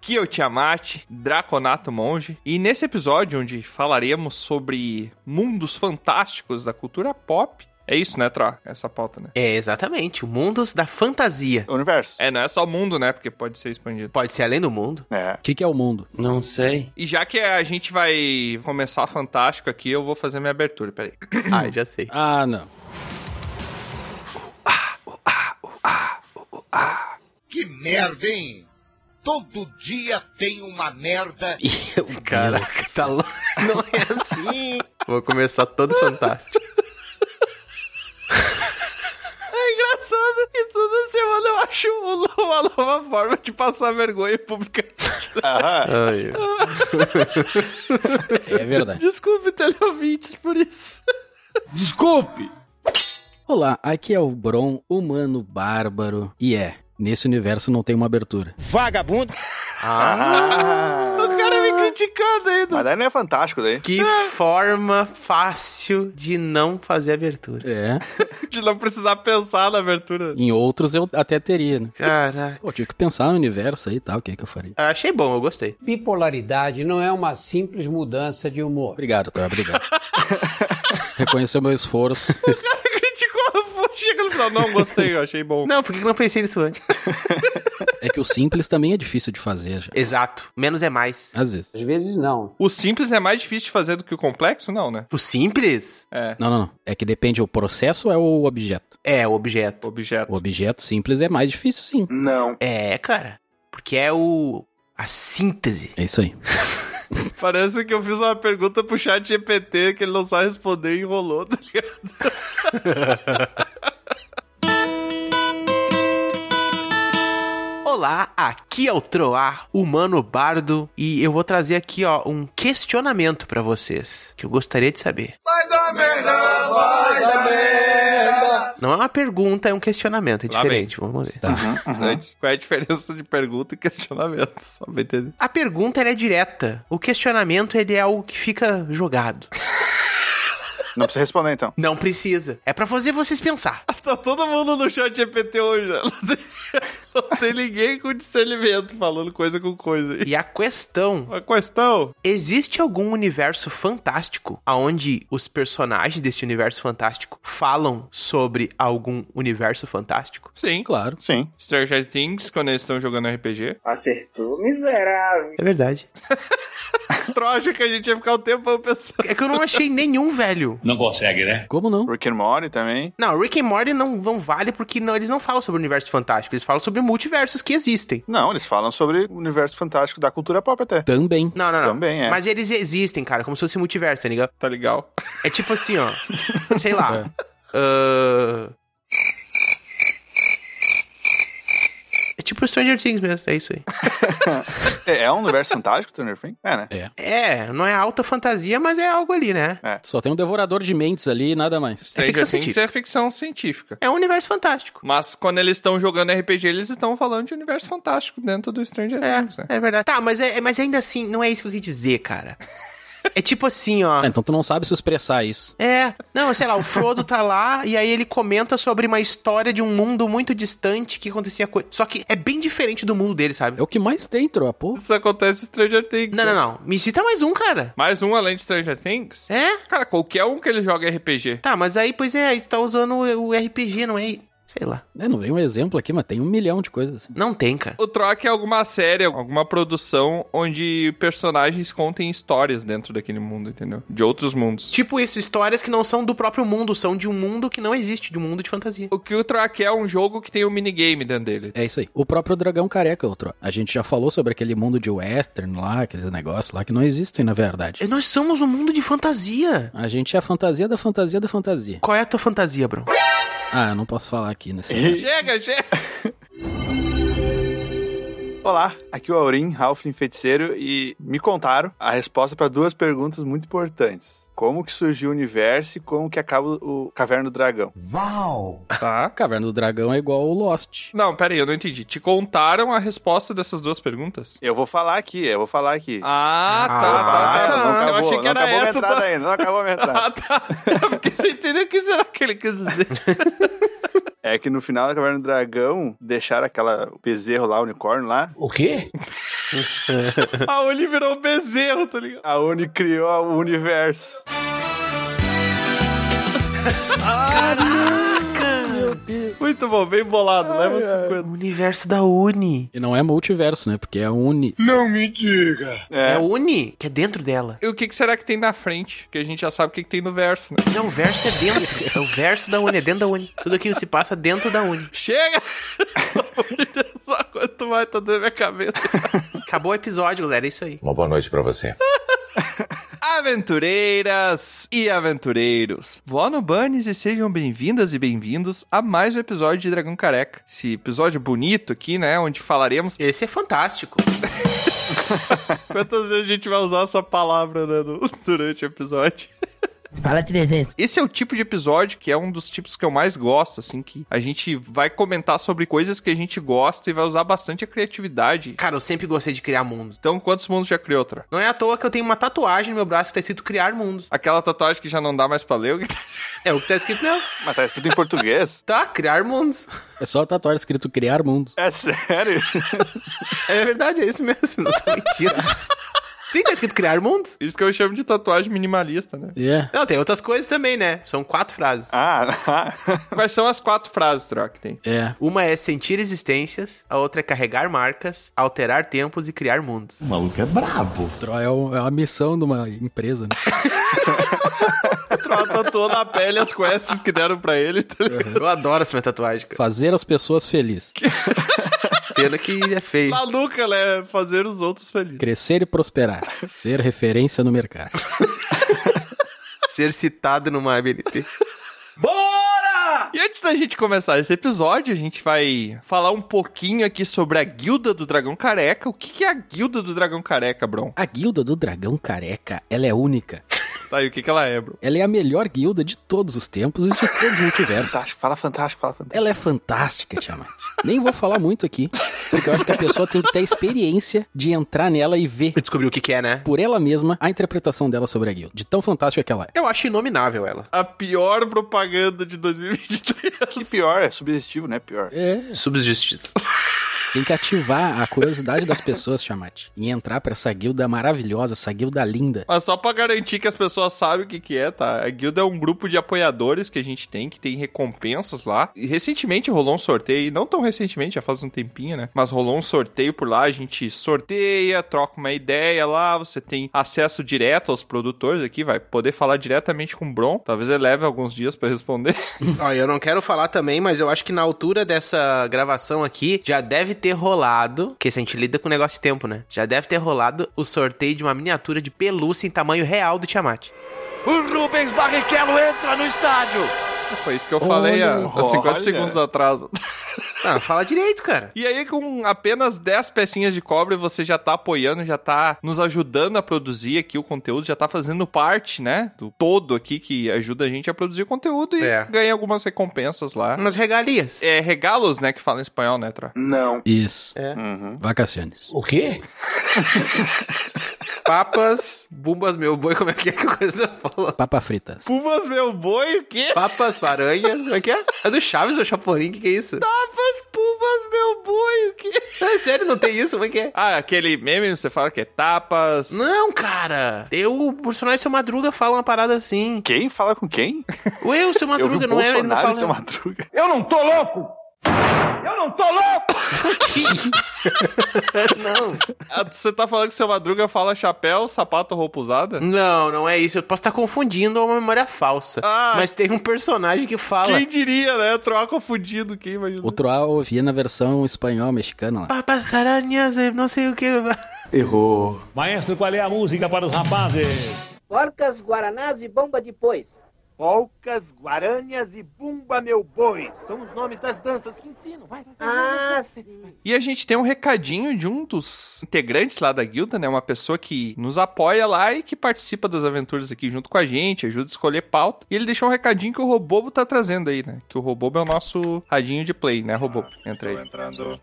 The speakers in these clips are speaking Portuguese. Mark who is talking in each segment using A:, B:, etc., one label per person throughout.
A: Kyo é Tiamat, Draconato Monge. E nesse episódio, onde falaremos sobre mundos fantásticos da cultura pop. É isso, né, Tro? Essa pauta, né?
B: É, exatamente. O mundos da fantasia.
C: O universo.
A: É, não é só mundo, né? Porque pode ser expandido.
B: Pode ser além do mundo.
C: É.
D: O que, que é o mundo?
E: Não sei.
A: E já que a gente vai começar fantástico aqui, eu vou fazer minha abertura, peraí.
B: ah, já sei.
D: Ah, não.
F: Que merda, hein? Todo dia tem uma merda.
B: Caraca, tá louco. Não é assim. Vou começar todo fantástico.
A: É engraçado que toda semana eu acho uma nova forma de passar vergonha pública.
C: Aham.
B: Ai,
D: É verdade.
A: Desculpe, teleouvintes, por isso.
D: Desculpe! Olá, aqui é o Bron, humano bárbaro. E é, nesse universo não tem uma abertura.
E: Vagabundo.
A: Ah!
C: Ah.
A: O cara me criticando ainda.
C: Mas daí não é fantástico daí.
B: que forma fácil de não fazer abertura.
D: É,
A: De não precisar pensar na abertura.
D: em outros eu até teria, né?
B: Caraca.
D: Pô, tive que pensar no universo aí e tal, o que é que eu faria?
B: Ah, Achei bom, eu gostei.
G: Bipolaridade não é uma simples mudança de humor.
D: Obrigado, tá? Obrigado. Reconheceu meu esforço.
A: Criticou, chega no final. Não, gostei, eu achei bom.
B: Não, por que que não pensei nisso antes?
D: É que o simples também é difícil de fazer, já.
B: Exato. Menos é mais.
D: Às vezes.
G: Às vezes não.
A: O simples é mais difícil de fazer do que o complexo? Não, né?
B: O simples
A: É.
D: Não, não, não. É que depende, o processo é o objeto.
B: é o objeto.
D: O
A: Objeto.
D: objeto simples é mais difícil, sim.
C: Não.
B: É, cara. Porque é o. A síntese.
D: É isso aí.
A: Parece que eu fiz uma pergunta pro chat GPT que ele não sabe responder e enrolou, tá ligado?
B: Olá, aqui é o Troar, humano bardo, e eu vou trazer aqui, ó, um questionamento pra vocês, que eu gostaria de saber. Não é uma pergunta, é um questionamento, é
A: Lá
B: diferente, vamos
D: Tá,
B: ver.
D: Uhum.
A: Antes, Qual é a diferença de pergunta e questionamento? Só pra entender.
B: A pergunta ela é direta, o questionamento ele é algo que fica jogado.
C: Não precisa responder então.
B: Não precisa, é pra fazer vocês pensar.
A: Tá todo mundo no chat GPT hoje, né? Não tem, não tem ninguém com discernimento falando coisa com coisa. aí.
B: E a questão,
A: Uma questão.
B: existe algum universo fantástico aonde os personagens desse universo fantástico falam sobre algum universo fantástico?
A: Sim.
D: Claro.
C: Sim.
A: Stranger Things, quando eles estão jogando RPG.
E: Acertou, miserável.
B: É verdade.
A: Troja que a gente ia ficar o tempo pensando.
B: É que eu não achei nenhum, velho.
F: Não consegue, né?
D: Como não?
C: Rick and Morty também.
B: Não, Rick and Morty não, não vale porque não- eles não falam sobre o universo fantástico, eles falam sobre multiversos que existem.
C: Não, eles falam sobre o universo fantástico da cultura pop até.
D: Também.
B: Não, não, não.
C: Também é.
B: Mas eles existem, cara, como se fosse multiverso, tá ligado?
A: Tá legal.
B: É tipo assim, ó. sei lá. Ah, ahn, É tipo Stranger Things mesmo, é isso aí.
C: É, é um universo fantástico, Turner Thing? É, né?
B: É, não é alta fantasia, mas é algo ali, né?
D: Só tem um devorador de mentes ali e nada mais.
A: Stranger
B: ficção
A: Things
B: científica.
A: é ficção científica.
B: É um universo fantástico.
A: Mas quando eles estão jogando RPG, eles estão falando de universo fantástico dentro do Stranger Things, né?
B: É verdade. Tá, mas, é, mas ainda assim, não é isso que eu quis dizer, cara. É tipo assim, ó.
D: Ah, então tu não sabe se expressar isso.
B: É, não, sei lá, o Frodo tá lá e aí ele comenta sobre uma história de um mundo muito distante que acontecia coisa. Só que é bem diferente do mundo dele, sabe?
D: É o que mais tem, tropa.
A: Isso acontece no Stranger Things.
B: Não,
A: né?
B: não, não. Me cita mais um, cara.
A: Mais um além de Stranger Things?
B: É?
A: Cara, qualquer um que ele joga RPG.
B: Tá, mas aí, pois é, aí tu tá usando o o RPG, não é? Sei lá.
D: É, não veio um exemplo aqui, mas tem um milhão de coisas. assim.
B: Não tem, cara.
A: O Troc é alguma série, alguma produção onde personagens contem histórias dentro daquele mundo, entendeu? De outros mundos.
B: Tipo isso, histórias que não são do próprio mundo, são de um mundo que não existe, de um mundo de fantasia.
A: O que o Troc é um jogo que tem um minigame dentro dele.
D: É isso aí. O próprio Dragão Careca, outro. A gente já falou sobre aquele mundo de western lá, aqueles negócios lá que não existem, na verdade.
B: E Nós somos um mundo de fantasia.
D: A gente é a fantasia da fantasia da fantasia.
B: Qual é a tua fantasia, bro?
D: Ah, eu não posso falar aqui nesse.
A: Chega, chega!
C: Olá, aqui é o Aurim, Halfling Feiticeiro, e me contaram a resposta para duas perguntas muito importantes. Como que surgiu o universo e como que acaba o Caverna do Dragão?
A: Tá.
D: Caverna do Dragão é igual o Lost.
A: Não, pera aí, eu não entendi. Te contaram a resposta dessas duas perguntas?
C: Eu vou falar aqui, eu vou falar aqui.
A: Ah, tá,
B: Ah,
A: tá, tá.
C: não acabou,
A: eu achei que
C: não
A: era
C: acabou
A: essa.
C: minha entrada
A: Tá...
C: ainda, não acabou a minha entrada.
A: Ah, tá. Eu fiquei sem entender o que será que ele quis dizer.
C: É que no final da Caverna do Dragão, deixaram aquela o bezerro lá, o unicórnio lá.
E: O quê?
A: A Uni Ah, virou bezerro, tá ligado?
C: A Uni criou o universo.
A: Muito bom, bem bolado. né? Leva
C: Ai, ai.
A: 50.
B: O universo da Uni.
D: E não é multiverso, né? Porque é uni.
F: Não me diga.
B: É,
C: É,
B: a Uni que é dentro dela.
A: E o que, que será que tem na frente? Porque a gente já sabe o que, que tem no verso, né?
B: Não, o verso é dentro. É o verso da Uni, é dentro da Uni. Tudo aquilo se passa dentro da Uni.
A: Chega! Pelo amor de Deus, Só quanto mais tá doendo minha cabeça.
B: Acabou o episódio, galera. É isso aí.
H: Uma boa noite pra você.
A: Aventureiras e aventureiros, vó no Bunnies e sejam bem-vindas e bem-vindos a mais um episódio de Dragão Careca. Esse episódio bonito aqui, né, onde falaremos
B: Esse é fantástico.
A: quantas vezes a gente vai usar essa palavra né, no- durante o episódio.
I: Fala 300.
A: Esse é o tipo de episódio que é um dos tipos que eu mais gosto, assim, que a gente vai comentar sobre coisas que a gente gosta e vai usar bastante a criatividade.
B: Cara, eu sempre gostei de criar mundos.
A: Então, quantos mundos já criou, Tra?
B: Não é à toa que eu tenho uma tatuagem no meu braço que tá escrito criar mundos.
A: Aquela tatuagem que já não dá mais pra ler, o que tá
B: É o que tá escrito nela.
C: mas tá escrito em português?
B: Tá, criar mundos.
D: É só tatuagem escrito criar mundos.
C: É sério?
B: É verdade, é isso mesmo. Não tô mentindo. Sim, tá escrito criar mundos.
A: Isso que eu chamo de tatuagem minimalista, né?
D: É.
B: Não, tem outras coisas também, né? São quatro frases.
C: ah,
A: Quais são as quatro frases, Troca, que tem?
D: É.
B: Uma é sentir existências, a outra é carregar marcas, alterar tempos e criar mundos.
D: Troy é, o- é a missão de uma empresa, né?
A: Troca tatuou na pele as quests que deram pra ele. Tá ligado?
B: Eu adoro essa minha tatuagem, cara.
D: Fazer as pessoas felizes.
B: Pena que é feio.
A: Maluca, né? Fazer os outros felizes.
D: Crescer e prosperar. Ser referência no mercado.
B: Ser citado numa ABNT.
A: E antes da gente começar esse episódio, a gente vai falar um pouquinho aqui sobre a Guilda do Dragão Careca. O que que é a Guilda do Dragão Careca, Bron?
D: A guilda do dragão careca, ela é única.
A: Tá aí, o que que ela é, Bron?
D: Ela é a melhor guilda de todos os tempos e de todos os multiversos.
C: fantástico, fala fantástico, fala fantástico.
D: Ela é fantástica, Tiamat. Nem vou falar muito aqui, porque eu acho que a pessoa tem que ter a experiência de entrar nela e ver
B: Eu descobri o que que é, né?
D: por ela mesma a interpretação dela sobre a guilda. De tão fantástica que ela é.
B: Eu acho inominável ela.
A: A pior propaganda de 2023.
C: Que pior, é subjetivo, né? Pior.
D: É.
B: Subjustiça.
D: Tem que ativar a curiosidade das pessoas, Tiamat, em entrar pra essa guilda maravilhosa, essa guilda linda.
A: Mas só pra garantir que as pessoas sabem o que que é, tá? A guilda é um grupo de apoiadores que a gente tem, que tem recompensas lá. E recentemente rolou um sorteio, e não tão recentemente, já faz um tempinho, né? Mas rolou um sorteio por lá, a gente sorteia, troca uma ideia lá, você tem acesso direto aos produtores aqui, vai poder falar diretamente com o Bron. Talvez ele leve alguns dias pra responder.
B: Ó, eu não quero falar também, mas eu acho que na altura dessa gravação aqui, já deve ter rolado, porque se a gente lida com o negócio de tempo, né? Já deve ter rolado o sorteio de uma miniatura de pelúcia em tamanho real do Tiamat.
A: Foi isso que eu falei há, há 50
C: Olha.
A: segundos atrás.
B: Ah, fala direito, cara.
A: E aí, com apenas 10 pecinhas de cobre, você já tá apoiando, já tá nos ajudando a produzir aqui o conteúdo, já tá fazendo parte, né? Do todo aqui que ajuda a gente a produzir conteúdo e
B: É.
A: ganha algumas recompensas lá.
B: Umas regalias.
A: É regalos, né? Que fala em espanhol, né, Tra?
B: Hum.
E: Não.
D: Isso.
C: Uhum.
D: Vacaciones.
E: O quê?
B: Papas, bumbas meu boi, como é que é que a coisa fala?
D: Papa fritas.
A: Pumas, meu boi, o quê?
B: Papas, paranhas, como é que é? É do Chaves ou Chapolin, que que é isso?
A: Papas, pumas, meu boi, o quê?
B: É sério, não tem isso, como é que é?
A: Ah, aquele meme, você fala que é tapas.
B: Não, cara. Eu, o personagem Seu Madruga fala uma parada assim.
C: Quem fala com quem?
B: Ué, o Seu
C: Eu vi
B: Madruga,
C: o
B: não é? Ele não
C: Bolsonaro e
B: fala.
C: seu Madruga.
F: Eu não tô louco! Eu não tô louco!
B: Não.
A: Ah, Você tá falando que seu madruga fala chapéu, sapato, roupa usada?
B: Não, não é isso. Eu posso estar confundindo uma memória falsa.
A: Ah.
B: Mas tem um personagem que fala.
A: Quem diria, né? Troca fudido, quem imagina?
D: O Troal ouvia na versão espanhol mexicana lá.
B: Papas caranhas, não sei o que.
C: Errou.
J: Maestro, qual é a música para os rapazes?
I: Porcas, guaranás e bomba depois.
E: Polcas, guaranhas e bumba meu boi. São os nomes das danças que ensino. Vai, vai, vai.
I: Ah, sim.
A: E a gente tem um recadinho de um dos integrantes lá da guilda, né? Uma pessoa que nos apoia lá e que participa das aventuras aqui junto com a gente, ajuda a escolher pauta. E ele deixou um recadinho que o Robobo tá trazendo aí, né? Que o Robobo é o nosso radinho de play, né, Robobo? Entra aí.
C: entrando.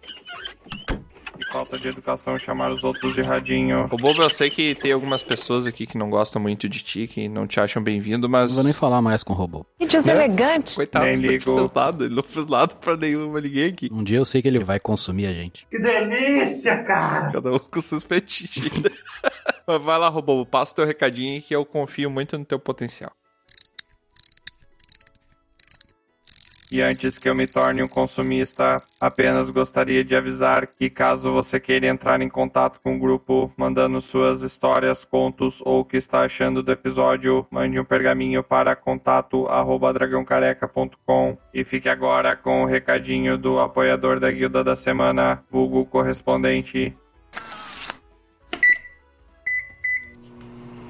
H: falta de educação chamar os outros de radinho.
A: Ô, Bobo, eu sei que tem algumas pessoas aqui que não gostam muito de ti, que não te acham bem-vindo, mas.
D: Não vou nem falar mais com o robô.
K: Gente, os elegantes.
A: Coitado,
H: Nem
A: ele não
H: ligo.
A: fez nada, ele não fez nada pra nenhuma ninguém aqui.
D: Um dia eu sei que ele vai consumir a gente.
L: Que delícia, cara!
A: Cada um com seus fetiches. Mas vai lá, Robô, passa teu recadinho aí que eu confio muito no teu potencial.
H: E antes que eu me torne um consumista, apenas gostaria de avisar que caso você queira entrar em contato com o grupo, mandando suas histórias, contos ou o que está achando do episódio, mande um pergaminho para contato@dragãocareca.com e fique agora com o recadinho do apoiador da Guilda da Semana, vulgo correspondente.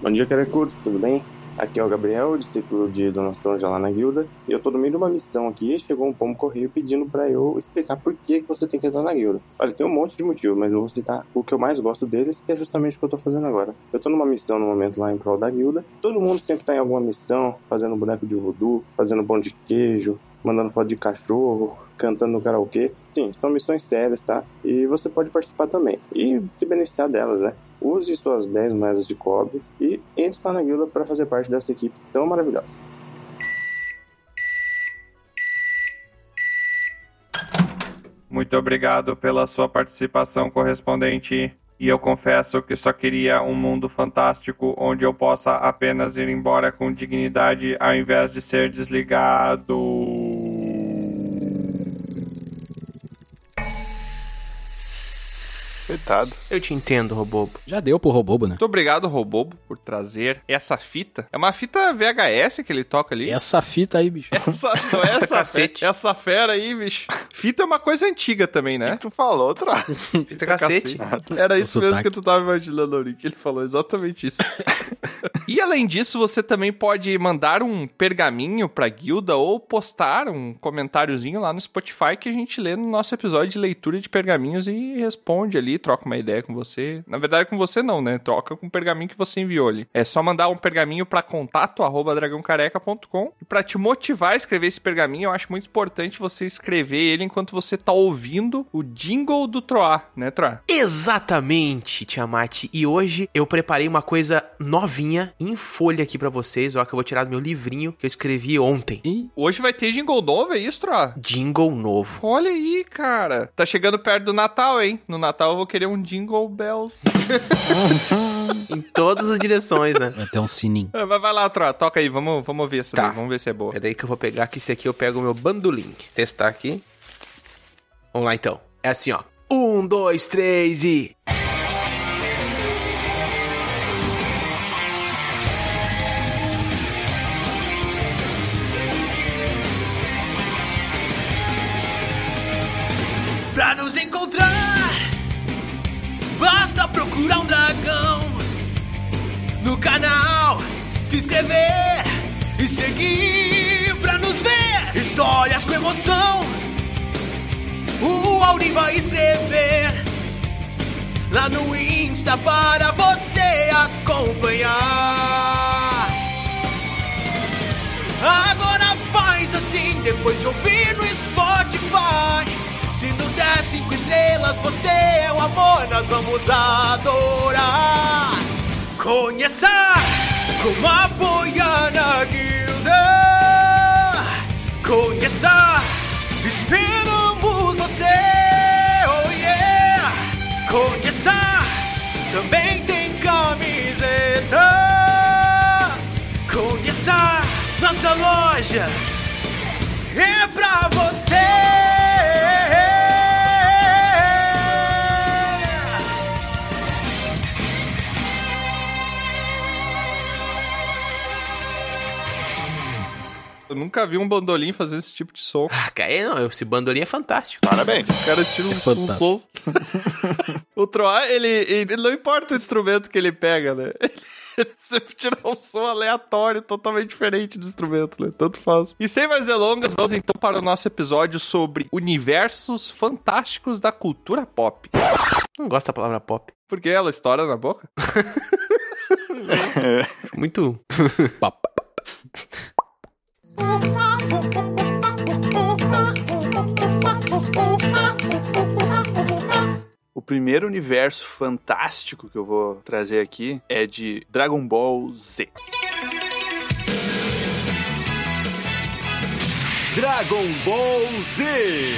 M: Bom dia, Caracursos, tudo bem? Aqui é o Gabriel, discípulo de Dona Sonja lá na guilda, e eu tô no meio de uma missão aqui, e chegou um pombo correio pedindo pra eu explicar por que que você tem que entrar na guilda. Olha, tem um monte de motivo, mas eu vou citar o que eu mais gosto deles, que é justamente o que eu tô fazendo agora. Eu tô numa missão no momento lá em prol da guilda, todo mundo sempre tá em alguma missão, fazendo boneco de voodoo, fazendo pão de queijo, mandando foto de cachorro, cantando no karaokê. Sim, são missões sérias, tá? E você pode participar também, e se beneficiar delas, né? Use suas 10 moedas de cobre e entre lá na guilda para fazer parte dessa equipe tão maravilhosa.
H: Muito obrigado pela sua participação correspondente. E eu confesso que só queria um mundo fantástico onde eu possa apenas ir embora com dignidade ao invés de ser desligado.
B: Coitado.
N: Eu te entendo, Robobo.
D: Já deu pro Robobo, né?
A: Muito obrigado, Robobo, por trazer essa fita. É uma fita VHS que ele toca ali.
D: Essa fita aí, bicho.
A: Essa, não, é essa, fe-
N: É um Cacete.
A: essa fera aí, bicho. Fita é uma coisa antiga também, né?
B: Tu falou, Tra.
N: Fita cacete.
A: Era isso
D: O
A: mesmo
D: sotaque.
A: que tu tava imaginando, Auric. Ele falou exatamente isso. e além disso, você também pode mandar um pergaminho pra guilda ou postar um comentáriozinho lá no Spotify que a gente lê no nosso episódio de leitura de pergaminhos e responde ali, troca uma ideia com você. Na verdade, com você não, né? Troca com o pergaminho que você enviou ali. É só mandar um pergaminho pra contato arroba dragãocareca.com e pra te motivar a escrever esse pergaminho, eu acho muito importante você escrever ele enquanto você tá ouvindo o jingle do Troar, né, Troar?
N: Exatamente, Tiamat. E hoje eu preparei uma coisa novinha, em folha aqui pra vocês, ó, que eu vou tirar do meu livrinho que eu escrevi ontem.
D: Ih,
A: Hoje vai ter jingle novo, é isso, Tro?
N: Jingle novo.
A: Olha aí, cara. Tá chegando perto do Natal, hein? No Natal eu vou querer um Jingle Bells.
N: Em todas as direções, né?
D: vai ter um sininho.
A: É, Mas vai lá, Tro, toca aí, vamos, vamos ver essa
N: Tá.
A: daí, vamos ver se é boa.
N: Peraí que eu vou pegar que esse aqui eu pego o meu bandolim. Testar aqui. Vamos lá então. É assim, ó. Um, dois, três e. Pra nos encontrar, basta procurar um dragão no canal, se inscrever e seguir pra nos ver histórias com emoção. O Aurim vai escrever lá no Insta para você acompanhar. Agora faz assim, depois de ouvir no Spotify. Se nos der cinco estrelas, você é o amor, nós vamos adorar. Conheça como apoiar na guilda. Conheça, esperamos você. Oh yeah. Conheça, também tem camisetas. Conheça nossa loja. É pra você.
A: Eu nunca vi um bandolim fazer esse tipo de som.
N: Ah, cara, é, não, esse bandolim é fantástico.
B: Parabéns.
A: O cara tira
D: É
A: uns, uns
D: fantástico.
A: sons. o Troar, ele, ele- não importa o instrumento que ele pega, né? Ele sempre tira um som aleatório, totalmente diferente do instrumento, né? Tanto faz. E sem mais delongas, vamos então para o nosso episódio sobre universos fantásticos da cultura pop.
N: Não gosto da palavra pop.
A: Por que ela estoura na boca?
N: Acho Muito.
D: Papa.
B: O
C: primeiro universo fantástico que eu vou trazer aqui é de Dragon Ball Z.
N: Dragon Ball Z.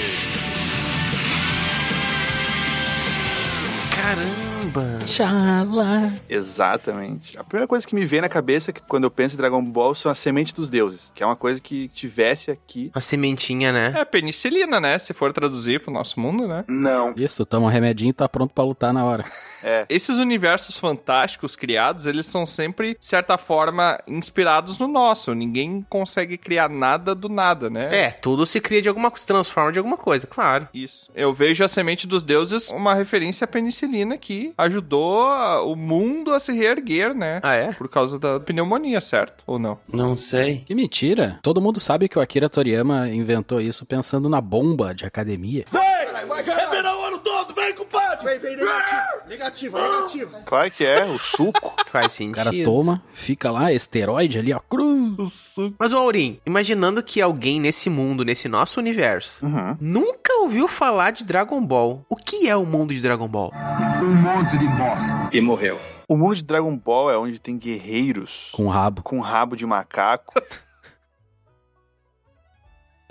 B: Caramba!
D: Tchala.
C: Exatamente. A primeira coisa que me vem na cabeça é que quando eu penso em Dragon Ball são as sementes dos deuses, que é uma coisa que tivesse aqui.
B: Uma sementinha, né?
A: É penicilina, né? Se for traduzir pro nosso mundo, né?
B: Hum.
C: Não.
D: Isso, toma um remedinho e tá pronto pra lutar na hora.
C: É.
A: Esses universos fantásticos criados, eles são sempre, de certa forma, inspirados no nosso. Ninguém consegue criar nada do nada, né?
B: É, tudo se cria de alguma coisa, se transforma de alguma coisa, claro.
A: Isso. Eu vejo a semente dos deuses uma referência à penicilina que ajudou a- o mundo a se reerguer, né?
B: Ah, é?
A: Por causa da pneumonia, certo? Ou não?
B: Não sei.
D: Que mentira. Todo mundo sabe que o Akira Toriyama inventou isso pensando na bomba de academia.
N: É verão o ano todo, vem, compadre! Vem, vem, negativo, negativo, negativo.
C: Claro que é, o suco.
B: Faz
D: O
B: sentido.
D: cara toma, fica lá, esteroide ali, ó, cruz.
B: Mas, o Aurim, imaginando que alguém nesse mundo, nesse nosso universo,
C: Uhum.
B: nunca ouviu falar de Dragon Ball. O que é o mundo de Dragon Ball?
N: Um monte de bosta. E morreu.
C: O mundo de Dragon Ball é onde tem guerreiros
D: Com rabo.
C: com rabo de macaco.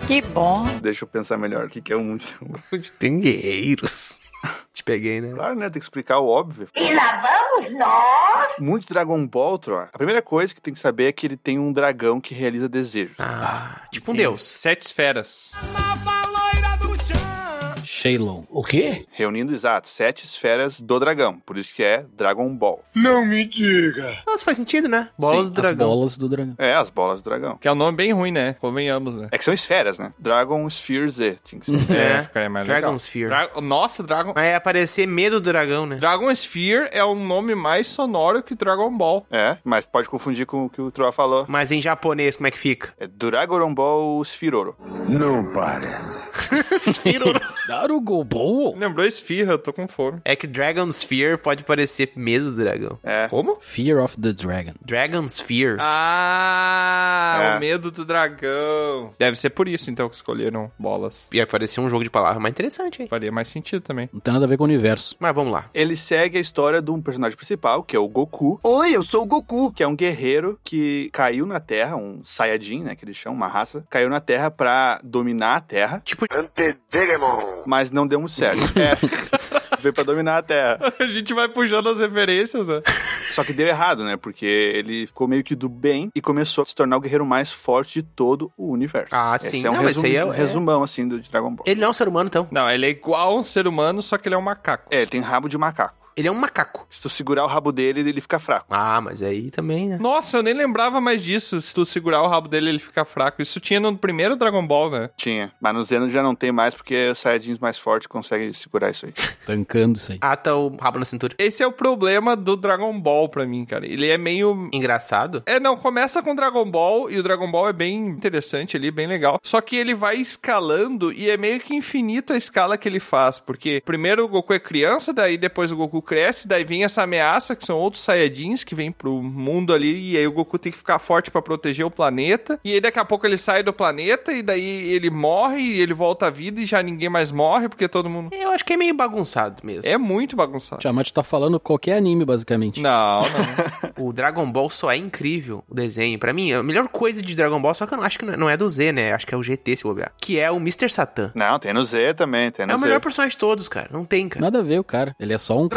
L: Que bom.
C: Deixa eu pensar melhor o que que é o mundo de Dragon Ball.
B: Tem guerreiros. Te peguei, né?
C: Claro, né? Tem que explicar o óbvio.
L: E lá vamos nós.
C: Muito Dragon Ball, Tron. A primeira coisa que tem que saber é que ele tem um dragão que realiza desejos.
B: Ah, tipo um
A: Tem
B: deus.
A: Sete esferas.
D: Shailon.
G: O quê?
C: Reunindo, exato, sete esferas do dragão. Por isso que é Dragon Ball.
N: Não me diga.
B: Nossa, faz sentido, né? Bolas
D: Sim,
B: do dragão.
D: As bolas do dragão.
C: É, as bolas do dragão.
A: Que é um nome bem ruim, né? Convenhamos, né?
C: É que são esferas, né? Dragon Sphere Z. Tinha que ser.
B: É.
A: ficaria mais
B: Dragon
A: legal.
B: Sphere.
A: Dra- Nossa, Dragon...
B: Mas é aparecer medo do dragão, né?
A: Dragon Sphere é um nome mais sonoro que Dragon Ball.
C: é, mas pode confundir com o que o Troa falou.
B: Mas em japonês, como é que fica?
C: É Dragon Ball Sphiroro.
N: Não parece.
B: Spiroro.
D: Darugobou.
A: Lembrou esfirra, eu tô com fome.
B: é que Dragon Sphere pode parecer medo do dragão.
C: É.
A: Como?
D: Fear of the Dragon.
B: Dragon Sphere.
A: Ah,
C: É.
A: o medo do dragão. Deve ser por isso, então, que escolheram bolas.
B: Ia parecer um jogo de palavras mais interessante, hein?
A: Faria mais sentido também.
D: Não tem nada a ver com o universo.
B: Mas vamos lá.
C: Ele segue a história de um personagem principal, que é o Goku,
N: Oi, eu sou o Goku.
C: que é um guerreiro que caiu na Terra, um Saiyajin, né, que eles chamam, uma raça, caiu na Terra pra dominar a Terra,
B: Tipo,
C: mas não deu muito certo. É. Veio pra dominar a Terra.
A: A gente vai puxando as referências, né?
C: Só que deu errado, né? Porque ele ficou meio que do bem e começou a se tornar o guerreiro mais forte de todo o universo.
B: Ah,
C: Esse
B: sim.
C: É um
B: Não, mas
C: resum-
B: esse aí é-
C: um resumão, assim, do Dragon Ball.
B: ele não é um ser humano, então.
A: Não, ele é igual a um ser humano, só que ele é um macaco.
C: É, ele tem rabo de macaco.
B: Ele é um macaco.
C: Se tu segurar o rabo dele, ele fica fraco.
B: Ah, mas aí também, né?
A: Nossa, eu nem lembrava mais disso. Se tu segurar o rabo dele, ele fica fraco. Isso tinha no primeiro Dragon Ball, né?
C: Tinha. Mas no Zeno já não tem mais, porque os Saiyajins mais fortes conseguem segurar isso aí.
D: Tancando isso aí.
B: Ata o rabo na cintura.
A: Esse é o problema do Dragon Ball pra mim, cara. Ele é meio
B: Engraçado.
A: É, não, começa com Dragon Ball e o Dragon Ball é bem interessante ali, bem legal. Só que ele vai escalando e é meio que infinito a escala que ele faz, porque primeiro o Goku é criança, daí depois o Goku cresce, daí vem essa ameaça que são outros Saiyajins que vêm pro mundo ali e aí o Goku tem que ficar forte pra proteger o planeta. E aí daqui a pouco ele sai do planeta e daí ele morre e ele volta à vida e já ninguém mais morre porque todo mundo
B: Eu acho que é meio bagunçado mesmo.
A: é muito bagunçado.
D: Tiamat tá falando qualquer anime, basicamente.
A: Não, não.
B: O Dragon Ball só é incrível, o desenho. Pra mim, a melhor coisa de Dragon Ball, só que eu não acho que não é- não é do Z, né? Acho que é o GT, se bobear. Que é o Mr. Satan.
C: Não, tem no Z também, tem no
B: É o
C: Z.
B: melhor personagem de todos, cara. Não tem, cara.
D: Nada a ver, o cara. Ele é só um.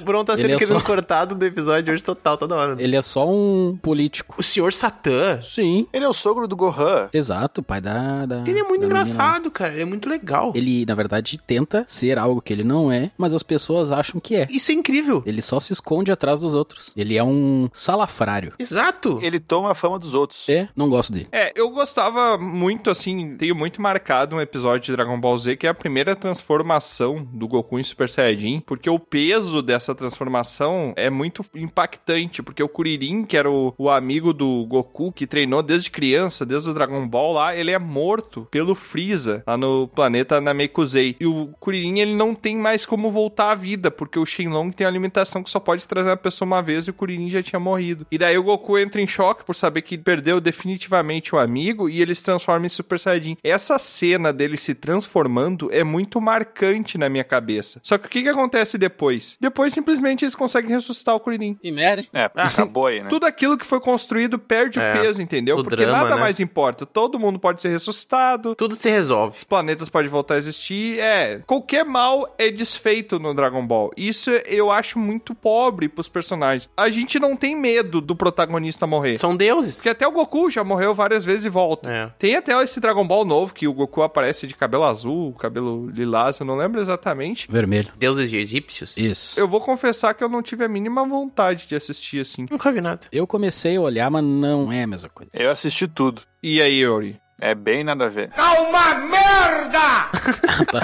B: O Bron tá
D: Ele
B: sendo
D: é
B: querido
D: só-
B: cortado do episódio de hoje total, toda hora. né?
D: Ele é só um político.
B: O Senhor Satã.
D: Sim.
C: Ele é o sogro do Gohan.
D: Exato, pai da. da
B: Ele é muito
D: da menina lá.
B: engraçado, cara. Ele é muito legal.
D: Ah, Ele, na verdade, tenta ser algo que ele não é, mas as pessoas acham que é.
B: Isso é incrível.
D: Ele só se esconde atrás dos outros. Ele é um salafrário.
B: é. Exato.
C: Ele toma a fama dos outros.
D: É, não gosto dele.
A: É, eu gostava muito, assim, tenho muito marcado um episódio de Dragon Ball Z, que é a primeira transformação do Goku em Super Saiyajin, porque o peso dessa transformação é muito impactante, porque o Kuririn, que era o, o amigo do Goku, que treinou desde criança, desde o Dragon Ball lá, ele é morto pelo Freeza, lá no planeta Namekusei. E o Kuririn, ele não tem mais como voltar à vida, porque o Shenlong tem uma limitação que só pode trazer uma pessoa uma vez e o Kuririn já tinha morrido. E daí o Goku entra em choque por saber que perdeu definitivamente o amigo e ele se transforma em Super Saiyajin. Essa cena dele se transformando é muito marcante na minha cabeça. Só que o que, que acontece depois? Depois simplesmente eles conseguem ressuscitar o Kuririn.
O: E merda.
C: É,
B: Ah,
C: acabou aí, né?
A: Tudo aquilo que foi construído perde
B: É.
A: o peso, entendeu?
B: O
A: Porque
B: drama,
A: nada
B: né?
A: mais importa. Todo mundo pode ser ressuscitado.
B: Tudo se resolve.
A: Os planetas podem voltar a existir. É, qualquer mal é desfeito no Dragon Ball. Isso eu acho muito pobre pros personagens. A gente não tem medo do protagonista morrer.
B: São deuses. É.
A: Porque até o Goku já morreu várias vezes e volta. Tem até esse Dragon Ball novo que o Goku aparece de cabelo azul, cabelo lilás, eu não lembro exatamente.
D: Vermelho.
B: Deuses egípcios?
D: Isso.
A: Eu vou confessar que eu não tive a mínima vontade de assistir assim.
B: Nunca vi nada.
D: Eu comecei a olhar, mas não é a mesma coisa.
C: Eu assisti tudo.
A: E aí, Yuri?
C: É bem nada a ver.
B: Ah.
F: É uma merda!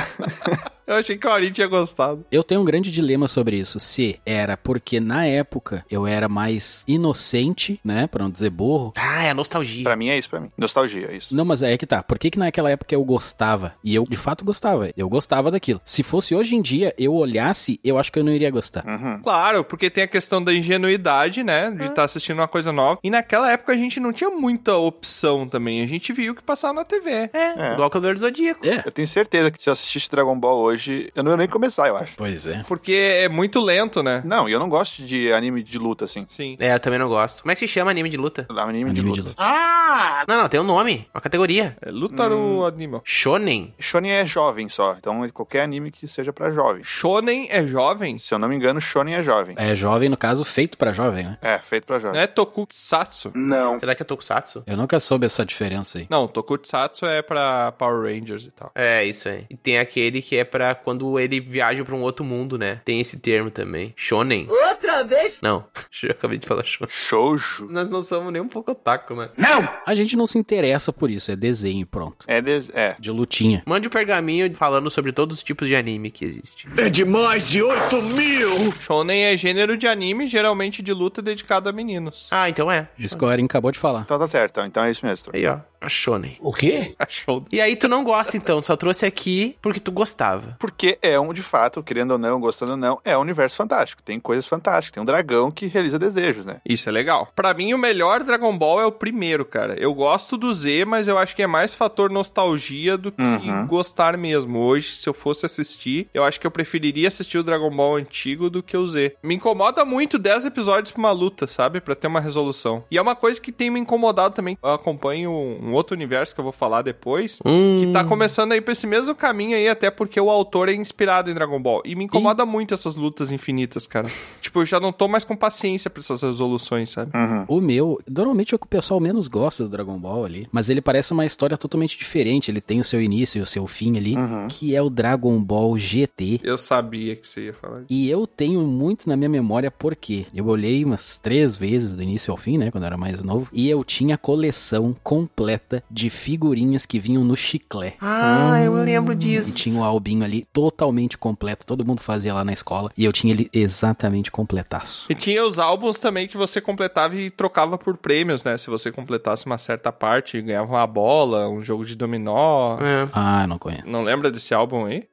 A: Eu achei que o Yuri tinha gostado.
D: Eu tenho um grande dilema sobre isso. Se era porque na época eu era mais inocente, né? Pra não dizer burro.
B: Ah, é a nostalgia.
C: Pra mim é isso, pra mim. Nostalgia, é isso.
D: Não, mas aí é que tá. Por que, que naquela época eu gostava? E eu de fato gostava. Eu gostava daquilo. Se fosse hoje em dia, eu olhasse, eu acho que eu não iria gostar.
C: Uhum.
A: Claro, porque tem a questão da ingenuidade, né? De estar assistindo uma coisa nova. E naquela época a gente não tinha muita opção também. A gente viu o que passava na TV.
B: É. Do Alcador do Zodíaco.
D: É.
C: Eu tenho certeza que se eu assistisse Dragon Ball hoje, eu não ia nem começar, eu acho.
D: Pois é.
A: Porque é muito lento, né?
C: Não, e eu não gosto de anime de luta, assim.
A: Sim.
B: É, eu também não gosto. Como é que se chama anime de luta?
C: Anime,
D: de, luta.
B: Ah! Não, não, tem um nome, uma categoria.
A: É Lutaru Anima.
B: Shonen.
C: Shonen é jovem só, então é qualquer anime que seja pra jovem.
A: Shonen é jovem?
C: Se eu não me engano, Shonen é jovem.
D: É jovem, no caso, feito pra jovem, né?
C: É, feito pra jovem.
A: Não é Tokusatsu?
M: Não.
B: Será que é Tokusatsu?
D: Eu nunca soube essa diferença aí.
A: Não, Tokusatsu é pra Power Rangers e tal.
B: É, isso aí. E tem aquele que é pra quando ele viaja pra um outro mundo, né? Tem esse termo também. Shonen.
L: Outra vez?
B: Não, eu acabei de falar shonen.
C: Shoujo.
B: Nós não somos nem um pouco otaku, mano.
M: Não!
D: A gente não se interessa por isso, é desenho, e pronto.
C: É, des- é.
D: De lutinha.
B: Mande um pergaminho falando sobre todos os tipos de anime que existe.
N: É de mais de 8 mil!
A: Shonen é gênero de anime, geralmente de luta dedicado a meninos.
B: Ah, então é.
D: Scoring acabou de falar.
C: Então tá certo, então é isso mesmo.
B: Aí, ó. A Shonen.
N: O quê?
A: A Shonen.
B: E aí tu não gosta, então. Só trouxe aqui porque tu gostava.
C: Porque é um, de fato, querendo ou não, gostando ou não, é um universo fantástico. Tem coisas fantásticas. Tem um dragão que realiza desejos, né?
A: Isso é legal. Pra mim, o melhor Dragon Ball é o primeiro, cara. Eu gosto do Z, mas eu acho que é mais fator nostalgia do que
C: Uhum.
A: gostar mesmo. Hoje, se eu fosse assistir, eu acho que eu preferiria assistir o Dragon Ball antigo do que o Z. Me incomoda muito 10 episódios pra uma luta, sabe? Pra ter uma resolução. E é uma coisa que tem me incomodado também. Eu acompanho um outro universo que eu vou falar depois.
B: Hum.
A: Que tá começando aí pra esse mesmo caminho aí, até porque o autor é inspirado em Dragon Ball. E me incomoda muito essas lutas infinitas, cara. tipo, eu já não tô mais com paciência pra essas resoluções, sabe?
D: O meu, normalmente é o que o pessoal menos gosta do Dragon Ball ali, mas ele parece uma história totalmente diferente. Ele tem o seu início e o seu fim ali, que é o Dragon Ball GT.
A: Eu sabia que você ia falar isso.
D: E eu tenho muito na minha memória porque eu olhei umas três vezes do início ao fim, né, quando eu era mais novo, e eu tinha a coleção completa de figurinhas que vinham no chiclé.
B: Ah, eu lembro
D: E
B: disso.
D: tinha o albinho ali totalmente completo, todo mundo fazia lá na escola, e eu tinha ele exatamente completaço.
A: E tinha os álbuns também que você completava e trocava por prêmios, né? Se você completasse uma certa parte, ganhava uma bola, um jogo de dominó.
B: É.
D: Ah, não conheço.
A: Não lembra desse álbum aí?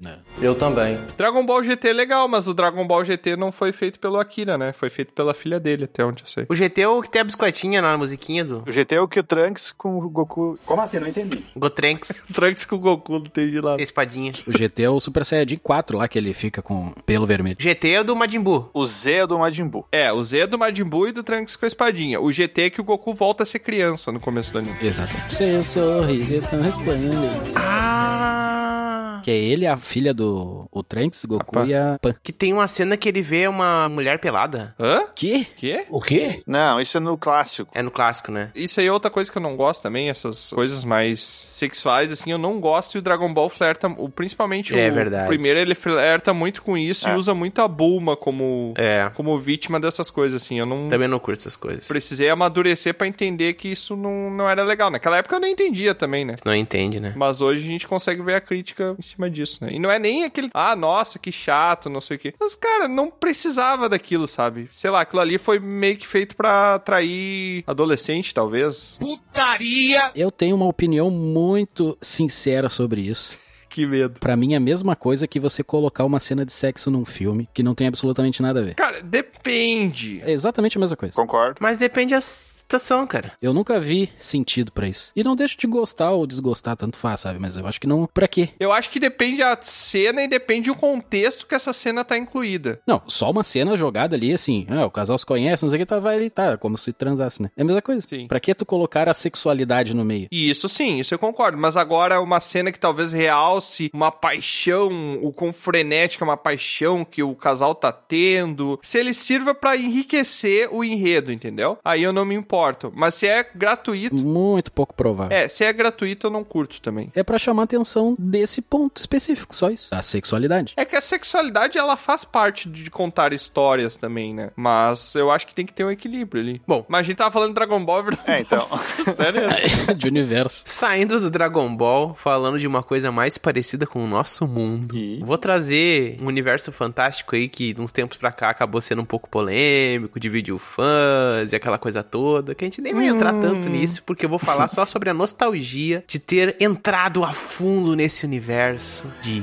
O: Eu também.
A: Dragon Ball GT é legal, mas o Dragon Ball GT não foi feito pelo Akira, né? Foi feito pela filha dele, até onde eu sei.
B: O GT é o que tem a bicicletinha na musiquinha do
C: O GT é o que o Trunks com o Goku.
F: Como assim? Não entendi.
B: Gotrenks.
A: Trunks com o Goku, não tem de lado.
B: tem a espadinha.
D: O GT é o Super Saiyajin 4 lá que ele fica com pelo vermelho.
B: GT é do Majin Buu.
C: O Z é do Majin Buu.
A: É, o Z é do Majin Buu e do Trunks com a espadinha. O GT é que o Goku volta a ser criança no começo do anime.
D: Exato. Seu sorriso é tão resplendente.
B: Ah!
D: Que é ele, a filha do o Trunks, Goku
A: Apa.
D: e a Pan.
B: Que tem uma cena que ele vê uma mulher pelada.
A: Hã?
D: Que?
A: Quê?
N: O quê?
C: Não, isso é no clássico.
B: É no clássico, né?
A: Isso aí é outra coisa que eu não gosto também, essas coisas mais sexuais, assim, eu não gosto e o Dragon Ball flerta, o- principalmente
B: É
A: o
B: verdade.
A: primeiro, ele flerta muito com isso e
C: É.
A: usa muito a Bulma como,
B: É.
A: como vítima dessas coisas, assim, eu não...
B: Também não curto essas coisas.
A: Precisei amadurecer pra entender que isso não, não era legal. Naquela época eu não entendia também, né?
B: Não entende, né?
A: Mas hoje a gente consegue ver a crítica em cima disso, né? E não é nem aquele, ah, nossa, que chato, não sei o quê. Mas, cara, não precisava daquilo, sabe? Sei lá, aquilo ali foi meio que feito pra atrair adolescente, talvez.
F: Putaria!
D: Eu tenho uma opinião muito sincera sobre isso.
A: Que medo.
D: Pra mim é a mesma coisa que você colocar uma cena de sexo num filme que não tem absolutamente nada a ver.
A: Cara, depende.
D: É exatamente a mesma coisa.
C: Concordo.
B: Mas depende a situação, cara.
D: Eu nunca vi sentido pra isso. E não deixo de gostar ou desgostar, tanto faz, sabe? Mas eu acho que não. Pra quê?
A: Eu acho que depende a cena e depende o contexto que essa cena tá incluída.
D: Não, só uma cena jogada ali, assim. Ah, o casal se conhece, não sei o que, tá, vai ali, tá, como se transasse, né? É a mesma coisa.
A: Sim.
D: Pra que tu colocar a sexualidade no meio?
A: E Isso sim, isso eu concordo. Mas agora é uma cena que talvez realce uma paixão, o quão frenética é uma paixão que o casal tá tendo. Se ele sirva pra enriquecer o enredo, entendeu? Aí eu não me importo. Mas se é gratuito.
D: Muito pouco provável.
A: É, se é gratuito, eu não curto também.
D: É pra chamar a atenção desse ponto específico, só isso. A sexualidade.
A: É que a sexualidade, ela faz parte de contar histórias também, né? Mas eu acho que tem que ter um equilíbrio ali.
B: Bom.
A: Mas a gente tava falando de Dragon Ball,
C: É, então.
A: Sério?
D: de universo.
B: Saindo do Dragon Ball, falando de uma coisa mais parecida com o nosso mundo. Vou trazer um universo fantástico aí que, de uns tempos pra cá, acabou sendo um pouco polêmico, dividiu fãs e aquela coisa toda. Que a gente nem vai entrar tanto nisso, porque eu vou falar só sobre a nostalgia de ter entrado a fundo nesse universo de.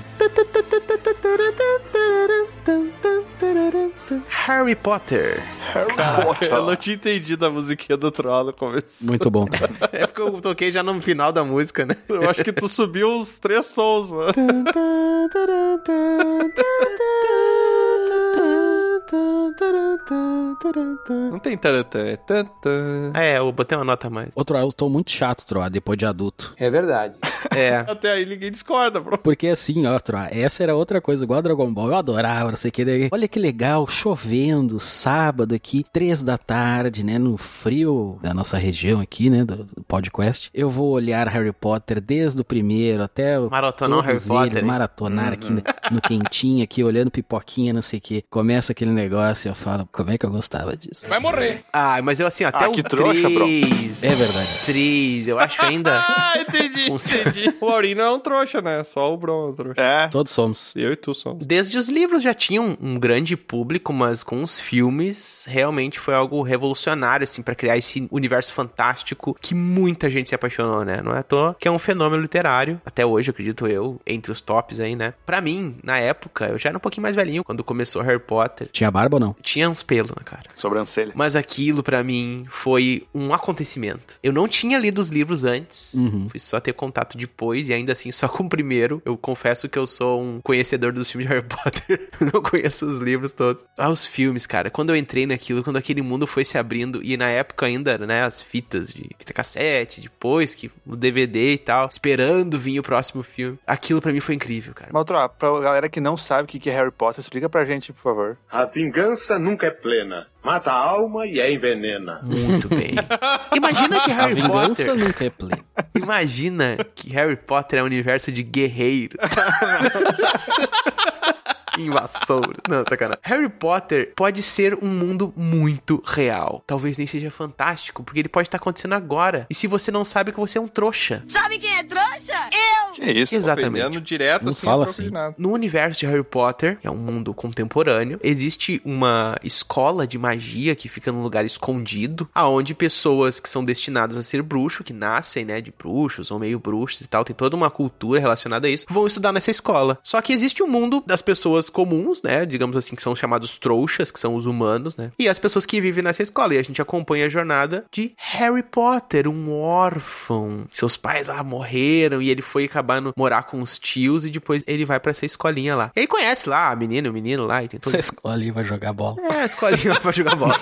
B: Harry Potter.
A: Eu não tinha entendido a musiquinha do Troll no começo.
D: Muito bom.
B: É porque eu toquei já no final da música, né?
A: Eu acho que tu subiu uns três tons, mano. Não tem tarantã, é tantã.
B: É, eu botei uma nota a mais.
D: Outro, eu tô muito chato, Troa, depois de adulto.
G: É verdade.
B: É.
A: Até aí ninguém discorda, bro.
D: Porque assim, ó, Troa, essa era outra coisa, igual a Dragon Ball. Eu adorava, não sei o que. daí, Olha que legal, chovendo, sábado aqui, três da tarde, né? No frio da nossa região aqui, né? Do, do podcast. Eu vou olhar Harry Potter desde o primeiro até o.
B: Maratonar o um Harry
D: todos eles,
B: Potter. hein? Uhum.
D: Maratonar aqui no, no quentinho, aqui, olhando pipoquinha, não sei o que. Começa aquele negócio e eu falo, como é que eu gostava disso?
F: Vai morrer.
B: Ah, mas eu assim, até
C: Ah,
B: o
C: que trouxa, bro.
B: 3.
D: É verdade.
B: 3, eu acho que ainda.
A: Ah, entendi,
B: Funciona.
A: entendi. O Aurino é um trouxa, né? Só o Bron é um trouxa.
C: É.
D: Todos somos.
A: Eu e tu somos.
B: Desde os livros já tinham um grande público, mas com os filmes realmente foi algo revolucionário, assim, pra criar esse universo fantástico que muita gente se apaixonou, né? Não é à toa que é um fenômeno literário, até hoje, acredito eu, entre os tops aí, né? Pra mim, na época, eu já era um pouquinho mais velhinho quando começou Harry Potter.
D: Tinha barba ou não?
B: Tinha uns pelos na cara.
C: Sobrancelha.
B: Mas aquilo pra mim foi um acontecimento. Eu não tinha lido os livros antes,
D: Uhum.
B: fui só ter contato depois e ainda assim só com o primeiro. Eu confesso que eu sou um conhecedor dos filmes de Harry Potter, não conheço os livros todos. Ah, os filmes, cara. Quando eu entrei naquilo, quando aquele mundo foi se abrindo e na época ainda, né, as fitas de fita cassete, depois que o DVD e tal, esperando vir o próximo filme. Aquilo pra mim foi incrível, cara.
C: Maltro, pra galera que não sabe o que que é Harry Potter, explica pra gente, por favor.
F: A vingança nunca é plena. Mata a alma e a envenena.
B: Muito bem. Imagina que
D: A
B: Harry
D: vingança
B: Potter
D: nunca é plena.
B: Imagina que Harry Potter é um universo de guerreiros. Invasouros. Não, sacanagem. Harry Potter pode ser um mundo muito real. Talvez nem seja fantástico, porque ele pode estar acontecendo agora. E se você não sabe que você é um trouxa.
L: Sabe quem é trouxa?
C: Que isso?
A: Ofendendo direto,
D: Não
A: assim,
D: fala
A: não
D: assim.
A: nada.
B: No universo de Harry Potter, que é um mundo contemporâneo, existe uma escola de magia que fica num lugar escondido, aonde pessoas que são destinadas a ser bruxo, que nascem, né, de bruxos ou meio bruxos e tal, tem toda uma cultura relacionada a isso, vão estudar nessa escola. Só que existe um mundo das pessoas comuns, né, digamos assim, que são chamados trouxas, que são os humanos, né, e as pessoas que vivem nessa escola. E a gente acompanha a jornada de Harry Potter, um órfão. Seus pais lá morreram e ele foi acabar no, morar com os tios e depois ele vai pra essa escolinha lá. E aí conhece lá a menina, o menino lá e tem todo.
D: Você escolhe e vai jogar bola.
B: É, a escolinha lá pra jogar bola.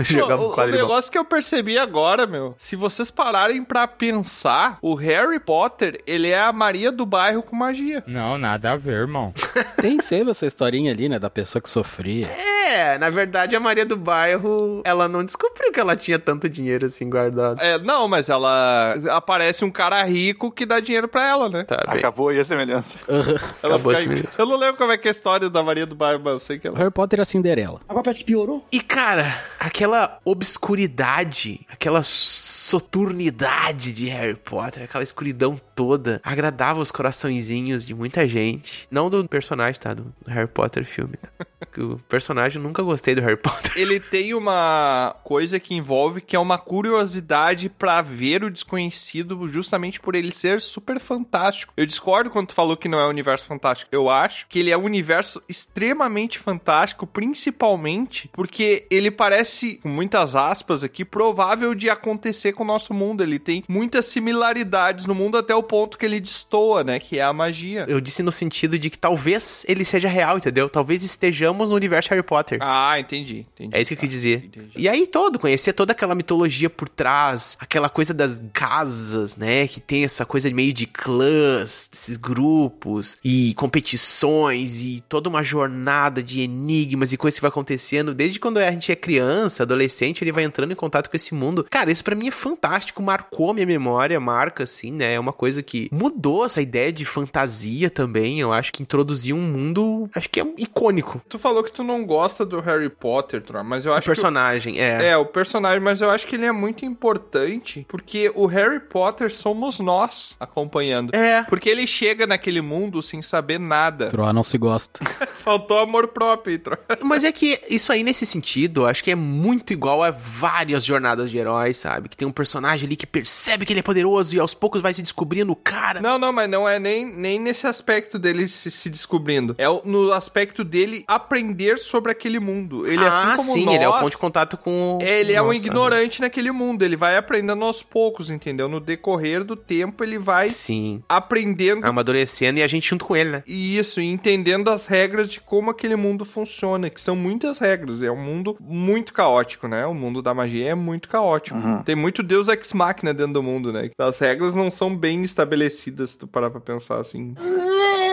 B: jogar
A: Pô, o- o
B: quadribol.
A: negócio que eu percebi agora, meu, se vocês pararem pra pensar, o Harry Potter, ele é a Maria do bairro com magia.
O: Não, nada a ver, irmão.
D: Tem sempre essa historinha ali, né? Da pessoa que sofria.
B: É, na verdade a Maria do Bairro, ela não descobriu que ela tinha tanto dinheiro assim guardado.
A: É, não, mas ela aparece um cara rico que dá dinheiro pra ela, né?
B: Tá bem.
C: Acabou aí a semelhança.
A: Ela
B: Acabou
A: fica-
B: esse minuto.
A: Eu não lembro como é que é a história da Maria do bairro, mas eu sei que ela
D: Harry Potter é a Cinderela.
G: Agora parece que piorou.
B: E cara, aquela obscuridade, aquela soturnidade de Harry Potter, aquela escuridão toda agradava os coraçõezinhos de muita gente. Não do personagem, tá? Do Harry Potter filme, tá? Porque o personagem eu nunca gostei do Harry Potter.
A: Ele tem uma coisa que envolve que é uma curiosidade pra ver o desconhecido justamente por ele ser super fantástico. Eu discordo quando tu falou que não é um universo fantástico. Eu acho que ele é um universo extremamente fantástico, principalmente porque ele parece, com muitas aspas aqui, provável de acontecer com o nosso mundo. Ele tem muitas similaridades no mundo até o ponto que ele destoa, né? Que é a magia.
B: Eu disse no sentido de que talvez ele seja real, entendeu? Talvez estejamos no universo Harry Potter.
A: Ah, entendi, entendi.
B: É isso que eu quis dizer. E aí todo, conhecer toda aquela mitologia por trás, aquela coisa das casas, né? Que tem essa coisa meio de clãs, esses grupos e competições e toda uma jornada de enigmas e coisas que vai acontecendo. Desde quando a gente é criança, adolescente, ele vai entrando em contato com esse mundo. Cara, isso pra mim é fantástico, marcou minha memória, marca assim, né? É uma coisa que mudou essa ideia de fantasia também. Eu acho que introduziu um mundo, acho que é icônico.
A: Tu falou que tu não gosta do Harry Potter, Tron, mas eu acho
B: o personagem,
A: que...
B: é.
A: É, o personagem, mas eu acho que ele é muito importante, porque o Harry Potter somos nós acompanhando.
B: É.
A: Porque ele chega naquele mundo sem saber nada.
D: Troa não se gosta.
A: Faltou amor próprio, Troa.
B: Mas é que isso aí, nesse sentido, eu acho que é muito igual a várias jornadas de heróis, sabe? Que tem um personagem ali que percebe que ele é poderoso e aos poucos vai se descobrindo o cara.
A: Não, não, mas não é nem, nem nesse aspecto dele se, se descobrindo. É o- no aspecto dele aprender sobre aquele mundo. Ele,
B: ah,
A: assim como
B: sim,
A: nós,
B: ele é o ponto de contato com.
A: ele é um
B: Nossa,
A: ignorante naquele mundo, ele vai aprendendo aos poucos, entendeu? No decorrer do tempo, ele vai
B: Sim. Tá
A: aprendendo
B: Amadurecendo e a gente junto com ele, né?
A: e isso, e entendendo as regras de como aquele mundo funciona, que são muitas regras. É um mundo muito caótico, né? O mundo da magia é muito caótico. Tem muito Deus ex machina dentro do mundo, né? As regras não são bem estabelecidas, se tu parar pra pensar assim.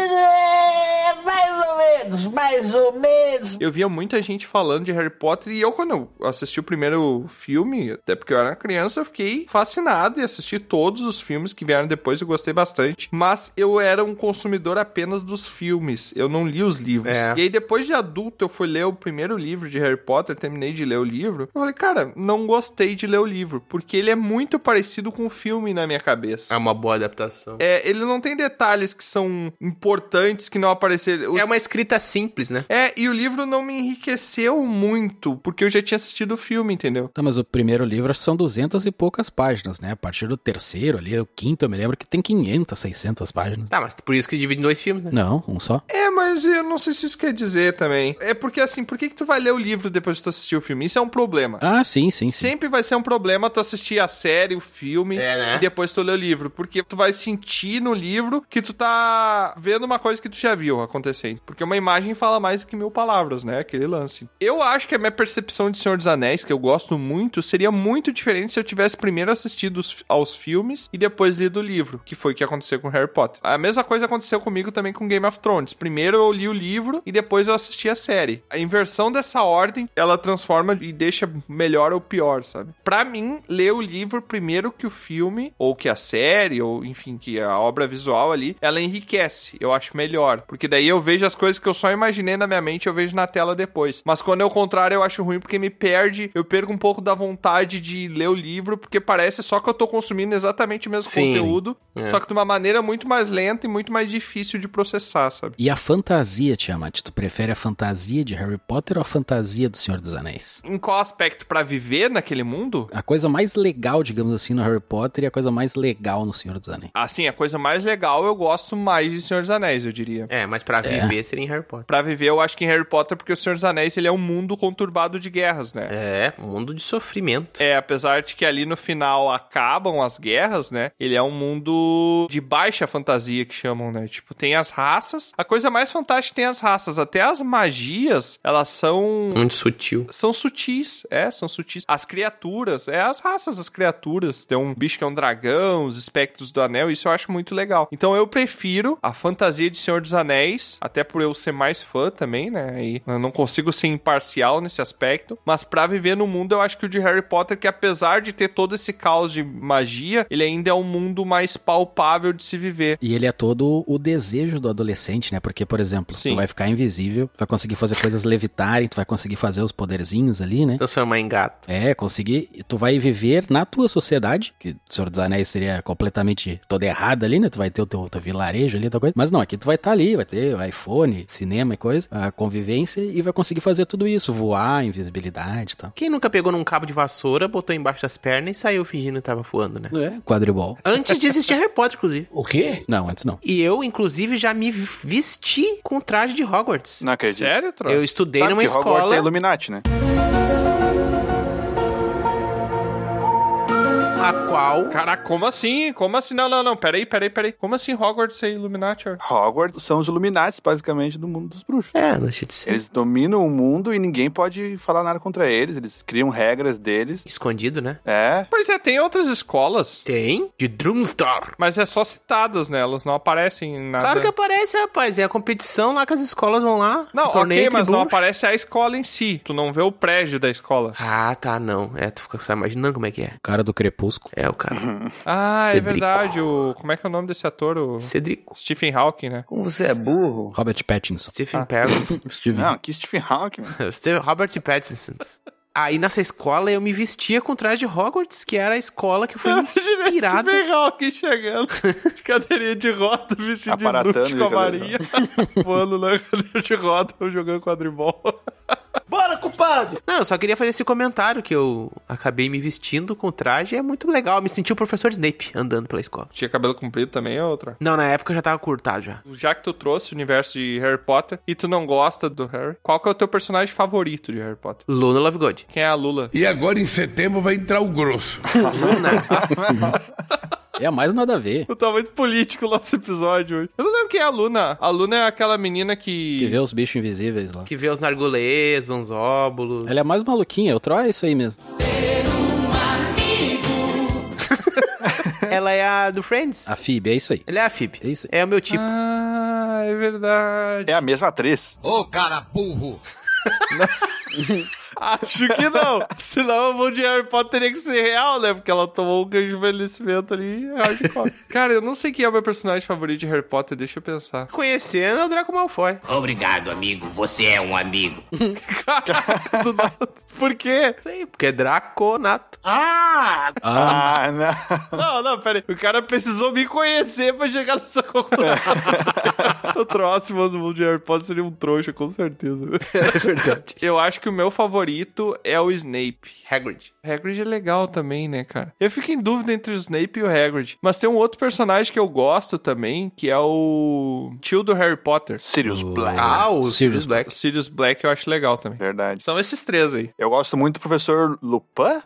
L: É, mais ou menos, mais ou menos.
A: Eu via muita gente falando de Harry Potter e eu, quando eu assisti o primeiro filme, até porque eu era criança, eu fiquei fascinado e assisti todos os filmes que vieram depois e gostei bastante. Mas eu era um consumidor apenas dos filmes, eu não li os livros.
B: É.
A: E aí, depois de adulto, eu fui ler o primeiro livro de Harry Potter, terminei de ler o livro. Eu falei, cara, não gostei de ler o livro, porque ele é muito parecido com o filme na minha cabeça.
B: É uma boa adaptação.
A: É, ele não tem detalhes que são importantes que não apareceram. O-
B: É uma escrita simples, né?
A: é, e o livro não me enriqueceu muito, porque eu já tinha assistido o filme, entendeu?
D: Tá, mas o primeiro livro acho que são duzentas e poucas páginas, né? A partir do terceiro ali, o quinto eu me lembro que tem 500, 600 páginas.
B: Tá, mas por isso que divide em dois filmes, né?
D: Não, um só.
A: É, mas eu não sei se isso quer dizer também. É porque assim, por que, que tu vai ler o livro depois de tu assistir o filme? Isso é um problema.
D: Ah, sim, sim, sim.
A: Sempre vai ser um problema tu assistir a série, o filme,
B: É, né?
A: e depois tu ler o livro. Porque tu vai sentir no livro que tu tá vendo uma coisa que tu já viu acontecendo. Porque uma imagem fala mais do que mil palavras, né? Aquele lance. Eu acho que a minha percepção de Senhor dos Anéis, que eu gosto muito, seria muito diferente se eu tivesse primeiro assistido os- aos filmes e depois lido o livro, que foi o que aconteceu com Harry Potter. A mesma coisa aconteceu comigo também com Game of Thrones. Primeiro eu li o livro e depois eu assisti a série. A inversão dessa ordem, ela transforma e deixa melhor ou pior, sabe? Pra mim, ler o livro primeiro que o filme, ou que a série, ou enfim, que a obra visual ali, ela enriquece. Eu acho melhor. Porque daí eu vejo as coisas que eu só imaginei na minha mente, eu vejo na tela depois. Mas quando é o contrário, eu acho ruim porque me perde, eu perco um pouco da vontade de ler o livro, porque parece só que eu tô consumindo exatamente o mesmo
B: Sim.
A: conteúdo,
B: É.
A: só que de uma maneira muito mais lenta e muito mais difícil de processar, sabe?
D: E a fantasia, Tiamat, tu prefere a fantasia de Harry Potter ou a fantasia do Senhor dos Anéis?
A: Em qual aspecto pra viver naquele mundo?
D: A coisa mais legal, digamos assim, no Harry Potter e a coisa mais legal no Senhor dos Anéis.
A: Assim, a coisa mais legal eu gosto mais de Senhor dos Anéis, eu diria.
B: É, mas pra viver seria em Harry Potter.
A: Pra viver, eu acho que em Harry Potter, porque o Senhor dos Anéis ele é um mundo conturbado de guerras, né?
B: É, um mundo de sofrimento.
A: É, apesar de que ali no final acabam as guerras, né? Ele é um mundo de baixa fantasia que chamam, né? Tipo, tem as raças. A coisa mais fantástica é tem as raças. Até as magias, elas são.
B: Muito sutil.
A: São sutis, é, são sutis. As criaturas, é as raças das criaturas. Tem um bicho que é um dragão, os espectros do anel, isso eu acho muito legal. Então eu prefiro a fantasia de Senhor dos Anéis, até por eu ser mais fã também, né? E eu não consigo ser imparcial nesse aspecto. Mas pra viver no mundo, eu acho que o de Harry Potter, que apesar de ter todo esse caos de magia, ele ainda é um mundo mais palpável de se viver.
D: E ele é todo o desejo do adolescente, né? Porque, por exemplo,
A: Sim.
D: tu vai ficar invisível, tu vai conseguir fazer coisas levitarem, tu vai conseguir fazer os poderzinhos ali, né?
B: Transformar em gato.
D: É, conseguir. e Tu vai viver na tua sociedade, que o Senhor dos Anéis seria completamente toda errada ali, né? Tu vai ter o teu, teu vilarejo ali, tua coisa. Mas não, aqui tu vai estar ali, vai ter o iPhone, cinema e coisa, a convivência, e vai conseguir fazer tudo isso, voar, invisibilidade e tal.
B: Quem nunca pegou num cabo de vassoura, botou embaixo das pernas e saiu fingindo que tava voando, né?
D: É, quadribol.
B: Antes de existir Harry Potter, inclusive.
D: O quê? Não, antes não.
B: E eu, inclusive, já me vesti com traje de Hogwarts.
C: Não acredito.
A: Sério, Tro?
B: Eu estudei
C: Sabe
B: numa
C: que Hogwarts
B: escola.
C: é Illuminati, né?
B: A qual.
A: Caraca, como assim? Como assim? Não, não, não. Peraí, peraí, peraí. Como assim Hogwarts é Illuminati? Arthur?
C: Hogwarts são os Illuminatis, basicamente, do mundo dos bruxos.
B: É, não deixa de ser.
C: Eles dominam o mundo e ninguém pode falar nada contra eles. Eles criam regras deles.
B: Escondido, né?
C: É.
A: Pois é, tem outras escolas,
B: Tem. De Drumstar.
A: mas é só citadas, né? Elas não aparecem em nada.
B: Claro que aparece, rapaz. É a competição lá que as escolas vão lá.
A: Não,
B: um torneio
A: ok,
B: entre
A: mas não
B: bruxos.
A: aparece a escola em si. Tu não vê o prédio da escola.
B: Ah, tá, não. É, tu fica só imaginando como é que é.
D: O cara do crepúsculo.
B: É, o
C: Uhum.
B: cara.
A: Ah,
B: Cedrico.
A: é verdade. O... Como é que é o nome desse ator? O...
B: Cedrico.
A: Stephen Hawking, né?
B: Um
M: Como você é burro?
D: Robert Pattinson.
C: Ah.
B: Stephen Parris.
D: Steven.
C: Não, que Stephen Hawking. mano.
B: Stephen- É, Robert Pattinson. Aí nessa escola eu me vestia com o traje de Hogwarts, que era a escola que foi inspirada.
A: Stephen Hawking chegando. De cadeirinha de roda, vestido de
C: Aparatando
A: bruxo com a
C: de
A: Maria. Voando na cadeira de roda, jogando quadribol.
N: Bora, culpado!
B: Não, eu só queria fazer esse comentário que eu acabei me vestindo com o traje, é muito legal. Eu me senti o professor Snape andando pela escola.
A: Tinha cabelo comprido também, é outra.
B: Não, na época eu já tava curtado já.
A: Já que tu trouxe o universo de Harry Potter e tu não gosta do Harry, qual que é o teu personagem favorito de Harry Potter?
B: Luna Lovegood.
A: Quem é a Lula?
F: E agora em setembro vai entrar o grosso.
D: É a mais nada a ver.
A: Eu tava muito político o nosso episódio hoje. Eu não lembro quem é a Luna. A Luna é aquela menina que.
D: Que vê os bichos invisíveis lá.
B: Que vê os nargolês, uns óbulos.
D: Ela é mais maluquinha, o Troy é isso aí mesmo.
B: Ela é a do Friends.
D: A Phoebe, é isso aí.
B: Ela é a Phoebe.
D: É isso aí.
B: É o meu tipo.
A: Ah, é verdade.
C: É a mesma atriz.
F: Ô, cara burro!
A: Acho que não. Senão o mundo de Harry Potter teria que ser real, né? Porque ela tomou um envelhecimento ali. hardcore. Cara, eu não sei quem é o meu personagem favorito de Harry Potter, deixa eu pensar.
B: Conhecendo é o Draco Malfoy.
O: Obrigado, amigo. Você é um amigo.
A: Do nada. Por quê?
B: Sei, porque é Draconato.
O: Ah!
D: Ah,
C: Ah, não.
A: Não, não, peraí. O cara precisou me conhecer pra chegar nessa conclusão. o próximo do mundo de Harry Potter seria um trouxa, com certeza.
B: É verdade.
A: Eu acho que o meu favorito é o Snape.
B: Hagrid.
A: Hagrid é legal também, né, cara? Eu fico em dúvida entre o Snape e o Hagrid. Mas tem um outro personagem que eu gosto também, que é o tio do Harry Potter.
C: É, Sirius Black.
B: Ah, o
D: Sirius
B: Sirius Black.
A: O Sirius Black eu acho legal também.
C: Verdade.
A: São esses três aí.
C: Eu gosto muito do professor Lupin.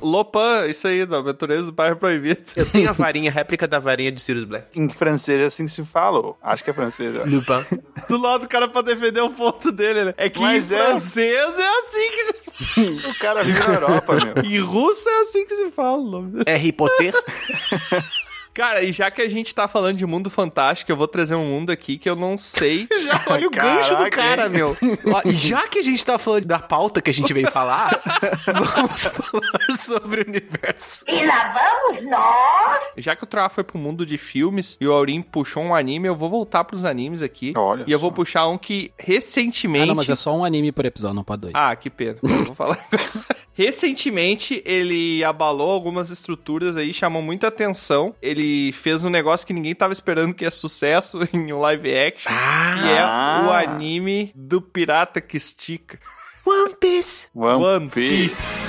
A: Lopin, isso aí, da Aventureiros do Bairro Proibido.
B: Eu tenho a varinha, a réplica da varinha de Sirius Black.
C: Em francês é assim que se fala. Acho que é francês. ó.
B: Lupin.
A: Do lado do cara pra defender o ponto dele, né? É que
C: Mas
A: em
C: é.
A: francês é assim que se...
C: o cara vive na Europa, meu.
A: Em russo é assim que se fala o nome.
B: Harry Potter.
A: Cara, e já que a gente tá falando de mundo fantástico, eu vou trazer um mundo aqui que eu não sei.
B: Já olha o gancho do cara, meu. Ó, e já que a gente tá falando da pauta que a gente veio falar, vamos falar sobre o universo.
I: E lá vamos nós!
A: Já que o Troá foi pro mundo de filmes e o Aurim puxou um anime, eu vou voltar pros animes aqui.
C: Olha
A: e eu
C: só.
A: vou puxar um que recentemente.
D: Ah, não, mas é só um anime por episódio, não pode dois.
A: Ah, que pena. Eu Vou falar. Recentemente, ele abalou algumas estruturas aí, chamou muita atenção. Ele fez um negócio que ninguém tava esperando, que é sucesso em um live action.
B: Ah,
A: Que é
C: Ah.
A: o anime do pirata que estica.
B: One Piece.
C: One,
A: One
C: Piece.
A: Piece.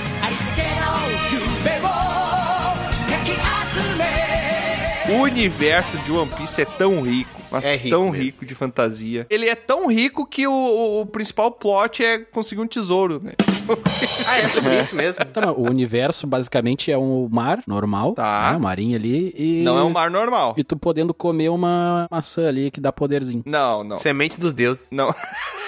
A: O universo de One Piece é tão rico, mas
B: É rico
A: tão
B: mesmo.
A: rico de fantasia. Ele é tão rico que o, o- o principal plot é conseguir um tesouro, né?
B: Ah, é sobre isso mesmo.
D: Tá, mas o universo basicamente é um mar normal,
A: Tá.
D: né, um marinho ali, e...
A: Não é um mar normal.
D: E tu podendo comer uma maçã ali que dá poderzinho.
A: Não, não.
B: Semente dos deuses.
A: Não.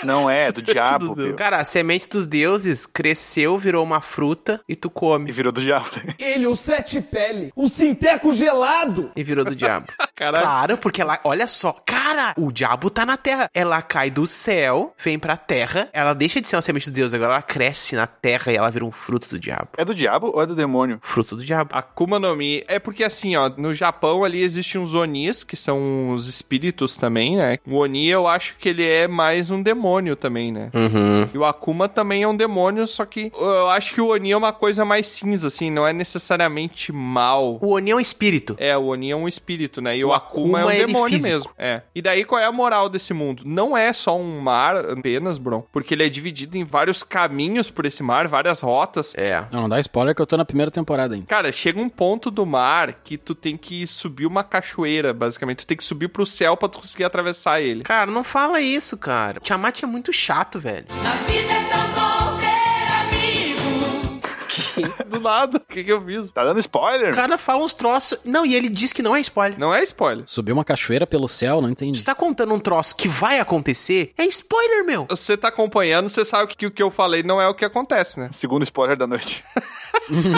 C: Não é, do diabo,
A: Deus.
C: meu.
B: Cara, a semente dos deuses cresceu, virou uma fruta e tu
C: E
B: come.
C: virou do diabo.
N: Ele, o sete pele, o sinteco gelado!
B: E virou do diabo.
A: Caralho.
B: Claro, porque ela, olha só, só, cara, o diabo tá na terra. Ela cai do céu, vem pra terra, ela deixa de ser uma semente de Deus, agora ela cresce na terra e ela vira um fruto do diabo.
C: É do diabo ou é do demônio?
B: Fruto do diabo.
A: Akuma no Mi. É porque assim, ó, no Japão ali existem uns Onis, que são uns espíritos também, né? O Oni eu acho que ele é mais um demônio também, né?
B: Uhum.
A: E o Akuma também é um demônio, só que eu acho que o Oni é uma coisa mais cinza, assim, não é necessariamente mal.
B: O Oni é um espírito.
A: É, o Oni é um espírito, né? E o, Akuma, é um
B: ele
A: demônio
B: físico.
A: mesmo. É. E daí qual é a moral desse mundo? Não é só um mar apenas, Bron, porque ele é dividido em vários caminhos por esse mar, várias rotas.
B: É.
D: Não, não dá spoiler que eu tô na primeira temporada ainda.
A: Cara, chega um ponto do mar que tu tem que subir uma cachoeira, basicamente. Tu tem que subir pro céu pra tu conseguir atravessar ele.
B: Cara, não fala isso, cara. Tiamat é muito chato, velho.
A: Do nada. O que, que eu fiz?
C: Tá dando
B: O
C: spoiler?
B: cara fala uns troços. Não, e ele diz que não é spoiler.
A: Não é spoiler.
D: Subiu uma cachoeira pelo céu, não entendi.
B: Você tá contando um troço que vai acontecer? É spoiler, meu.
A: Você tá acompanhando, você sabe que, que o que eu falei não é o que acontece, né?
C: Segundo spoiler da noite.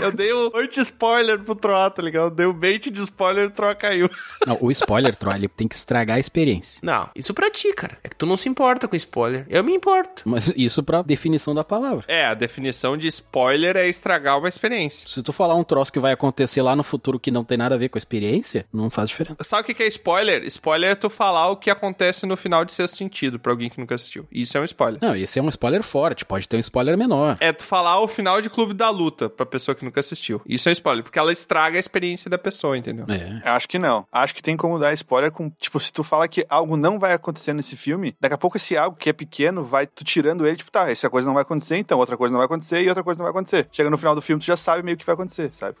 A: Eu dei o anti-spoiler pro Troá, tá ligado? Eu dei o bait de spoiler, o Troá caiu.
D: Não, o spoiler, Troy, ele tem que estragar a experiência.
B: Não, isso pra ti, cara. É que tu não se importa com spoiler. Eu me importo.
D: Mas isso pra definição da palavra.
A: É, a definição de spoiler é estragar uma experiência.
D: Se tu falar um troço que vai acontecer lá no futuro que não tem nada a ver com a experiência, não faz diferença.
A: Sabe o que que é spoiler? Spoiler é tu falar o que acontece no final de Sexto Sentido, pra alguém que nunca assistiu. Isso é um spoiler.
D: Não, esse é um spoiler forte, pode ter um spoiler menor.
A: É tu falar o final de Clube da Luta pra pessoa que nunca assistiu. Isso é spoiler, porque ela estraga a experiência da pessoa, entendeu?
D: É.
C: Eu Acho que não. Acho que tem como dar spoiler com. Tipo, se tu fala que algo não vai acontecer nesse filme, daqui a pouco esse algo que é pequeno vai tu tirando ele, tipo, tá, essa coisa não vai acontecer, então outra coisa não vai acontecer e outra coisa não vai acontecer. Chega no final do filme, tu já sabe meio que vai acontecer, sabe?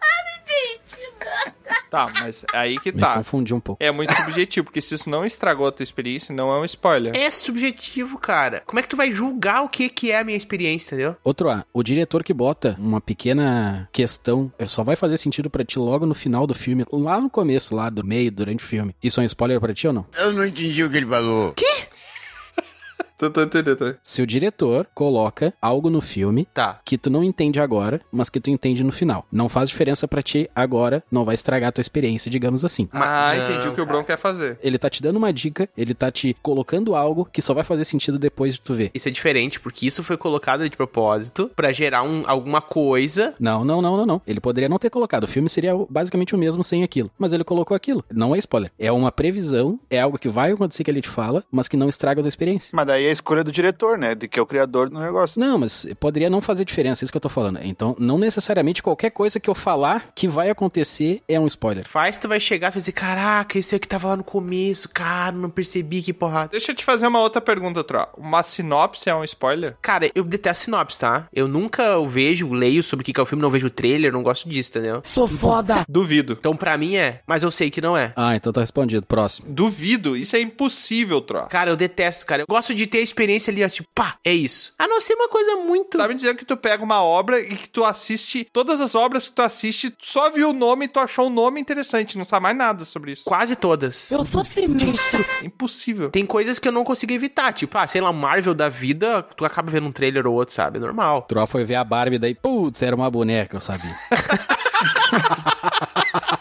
A: Tá, mas aí que
D: Me
A: tá.
D: confundi um pouco.
A: É muito subjetivo, porque se isso não estragou a tua experiência, não é um spoiler.
B: É subjetivo, cara. Como é que tu vai julgar o que, que é a minha experiência, entendeu?
D: Outro A, o diretor que bota uma pequena questão eh, só vai fazer sentido pra ti logo no final do filme, lá no começo, lá do meio, durante o filme. Isso é um spoiler pra ti ou não?
F: Eu não entendi o que ele falou.
A: Tô, tô entendendo, tô.
D: Se o diretor coloca algo no filme
B: Tá.
D: que tu não entende agora, mas que tu entende no final. Não faz diferença pra ti agora, não vai estragar a tua experiência, digamos assim.
A: Ah,
B: Não,
A: entendi o que o Bron quer fazer.
D: Ele tá te dando uma dica, ele tá te colocando algo que só vai fazer sentido depois de tu ver.
B: Isso é diferente, porque isso foi colocado de propósito pra gerar um, alguma coisa.
D: Não, não, não, não, não. Ele poderia não ter colocado. O filme seria o- basicamente o mesmo sem aquilo. Mas ele colocou aquilo. Não é spoiler. É uma previsão, é algo que vai acontecer que ele te fala, mas que não estraga a tua experiência.
C: Mas daí é a escolha do diretor, né? De que é o criador do negócio.
D: Não, mas poderia não fazer diferença, isso que eu tô falando. Então, não necessariamente qualquer coisa que eu falar que vai acontecer é um spoiler.
B: Faz, tu vai chegar e vai dizer, caraca, esse aqui tava lá no começo, cara, não percebi, que porrada.
A: Deixa eu te fazer uma outra pergunta, Tro. Uma sinopse é um spoiler?
B: Cara, eu detesto sinopse, tá? Eu nunca vejo, leio sobre o que que é o filme, não vejo o trailer, não gosto disso, entendeu?
E: Sou foda!
A: Duvido.
B: Então pra mim é, mas eu sei que não é.
D: Ah, então tá respondido. Próximo.
A: Duvido. Isso é impossível, Tro.
B: Cara, eu detesto, cara. Eu gosto de ter a experiência ali, ó, tipo, pá, é isso. A não ser uma coisa muito.
A: Tá me dizendo que tu pega uma obra e que tu assiste todas as obras que tu assiste, tu só viu o nome e tu achou o nome interessante, não sabe mais nada sobre isso.
B: Quase todas.
E: Eu sou sinistro!
A: Impossível.
B: Tem coisas que eu não consigo evitar, tipo, ah, sei lá, Marvel da vida, tu acaba vendo um trailer ou outro, sabe? É Normal.
D: Troll foi ver a Barbie, daí, putz, era uma boneca, eu sabia.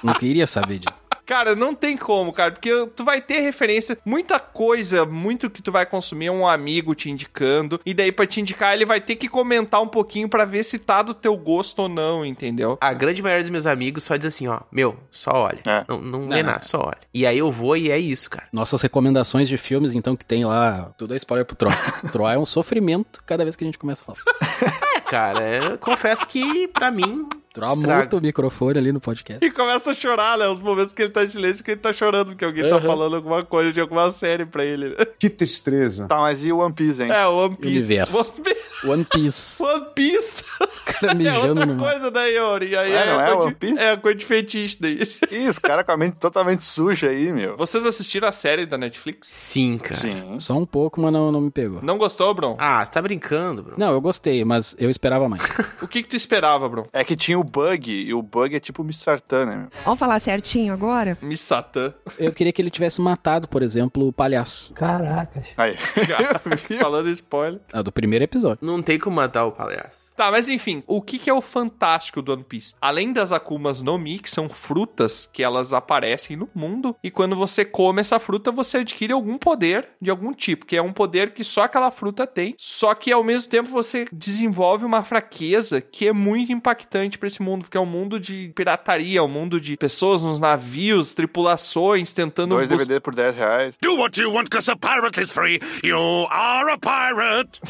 D: não queria saber disso.
A: Cara, não tem como, cara, porque tu vai ter referência, muita coisa, muito que tu vai consumir, um amigo te indicando, e daí pra te indicar ele vai ter que comentar um pouquinho pra ver se tá do teu gosto ou não, entendeu?
B: A grande maioria dos meus amigos só diz assim, ó, meu, só olha.
C: É.
B: Não, não,
D: Não,
B: lê
D: não,
B: nada, só olha. E aí eu vou e é isso, cara.
D: Nossas recomendações de filmes, então, que tem lá. Tudo é spoiler pro Troll. Troll é um sofrimento cada vez que a gente começa a falar.
B: É, cara, eu confesso que pra mim.
D: Troll
B: Estraga.
D: muda o microfone ali no podcast.
A: E começa a chorar, né? Os momentos que ele tá em silêncio, que ele tá chorando, porque alguém tá
D: Aham.
A: falando alguma coisa de alguma série pra ele. né?
N: Que tristeza.
C: Tá, mas e o One Piece, hein?
A: É, One Piece.
D: Universo.
A: One Piece.
D: One Piece.
A: One Piece.
D: Cara
A: É
D: mijando
A: outra
D: no
A: coisa daí, Yori. Aí
C: É,
A: é,
C: não
A: a
C: é
A: coisa
C: One
A: de,
C: Piece?
A: é a coisa de fetiche daí.
D: É.
C: Ih, os caras com a mente totalmente suja aí, meu.
A: Vocês assistiram a série da Netflix?
B: Sim, cara.
C: Sim.
D: Só um pouco, mas não, não me pegou.
A: Não gostou, Bron?
B: Ah, você tá brincando, bro.
D: Não, eu gostei, mas eu esperava mais.
A: O que que tu esperava, Bron?
C: É que tinha o Bug, e o Bug é tipo o Miss Sartan, né, meu?
P: Vamos falar certinho agora?
A: Miss Satã.
D: Eu queria que ele tivesse matado, por exemplo, o palhaço.
G: Caracas.
C: Aí.
A: Cara, Falando spoiler.
D: Ah, do primeiro episódio.
B: Não tem como matar o palhaço.
A: Tá, mas enfim, o que, que é o fantástico do One Piece? Além das Akumas no Mi, que são frutas que elas aparecem no mundo, e quando você come essa fruta, você adquire algum poder de algum tipo, que é um poder que só aquela fruta tem, só que ao mesmo tempo você desenvolve uma fraqueza que é muito impactante para esse mundo, porque é um mundo de pirataria, é um mundo de pessoas nos navios, tripulações, tentando...
C: Dois DVD por 10 reais.
F: Do what you want, because a pirate is free. You are a pirate.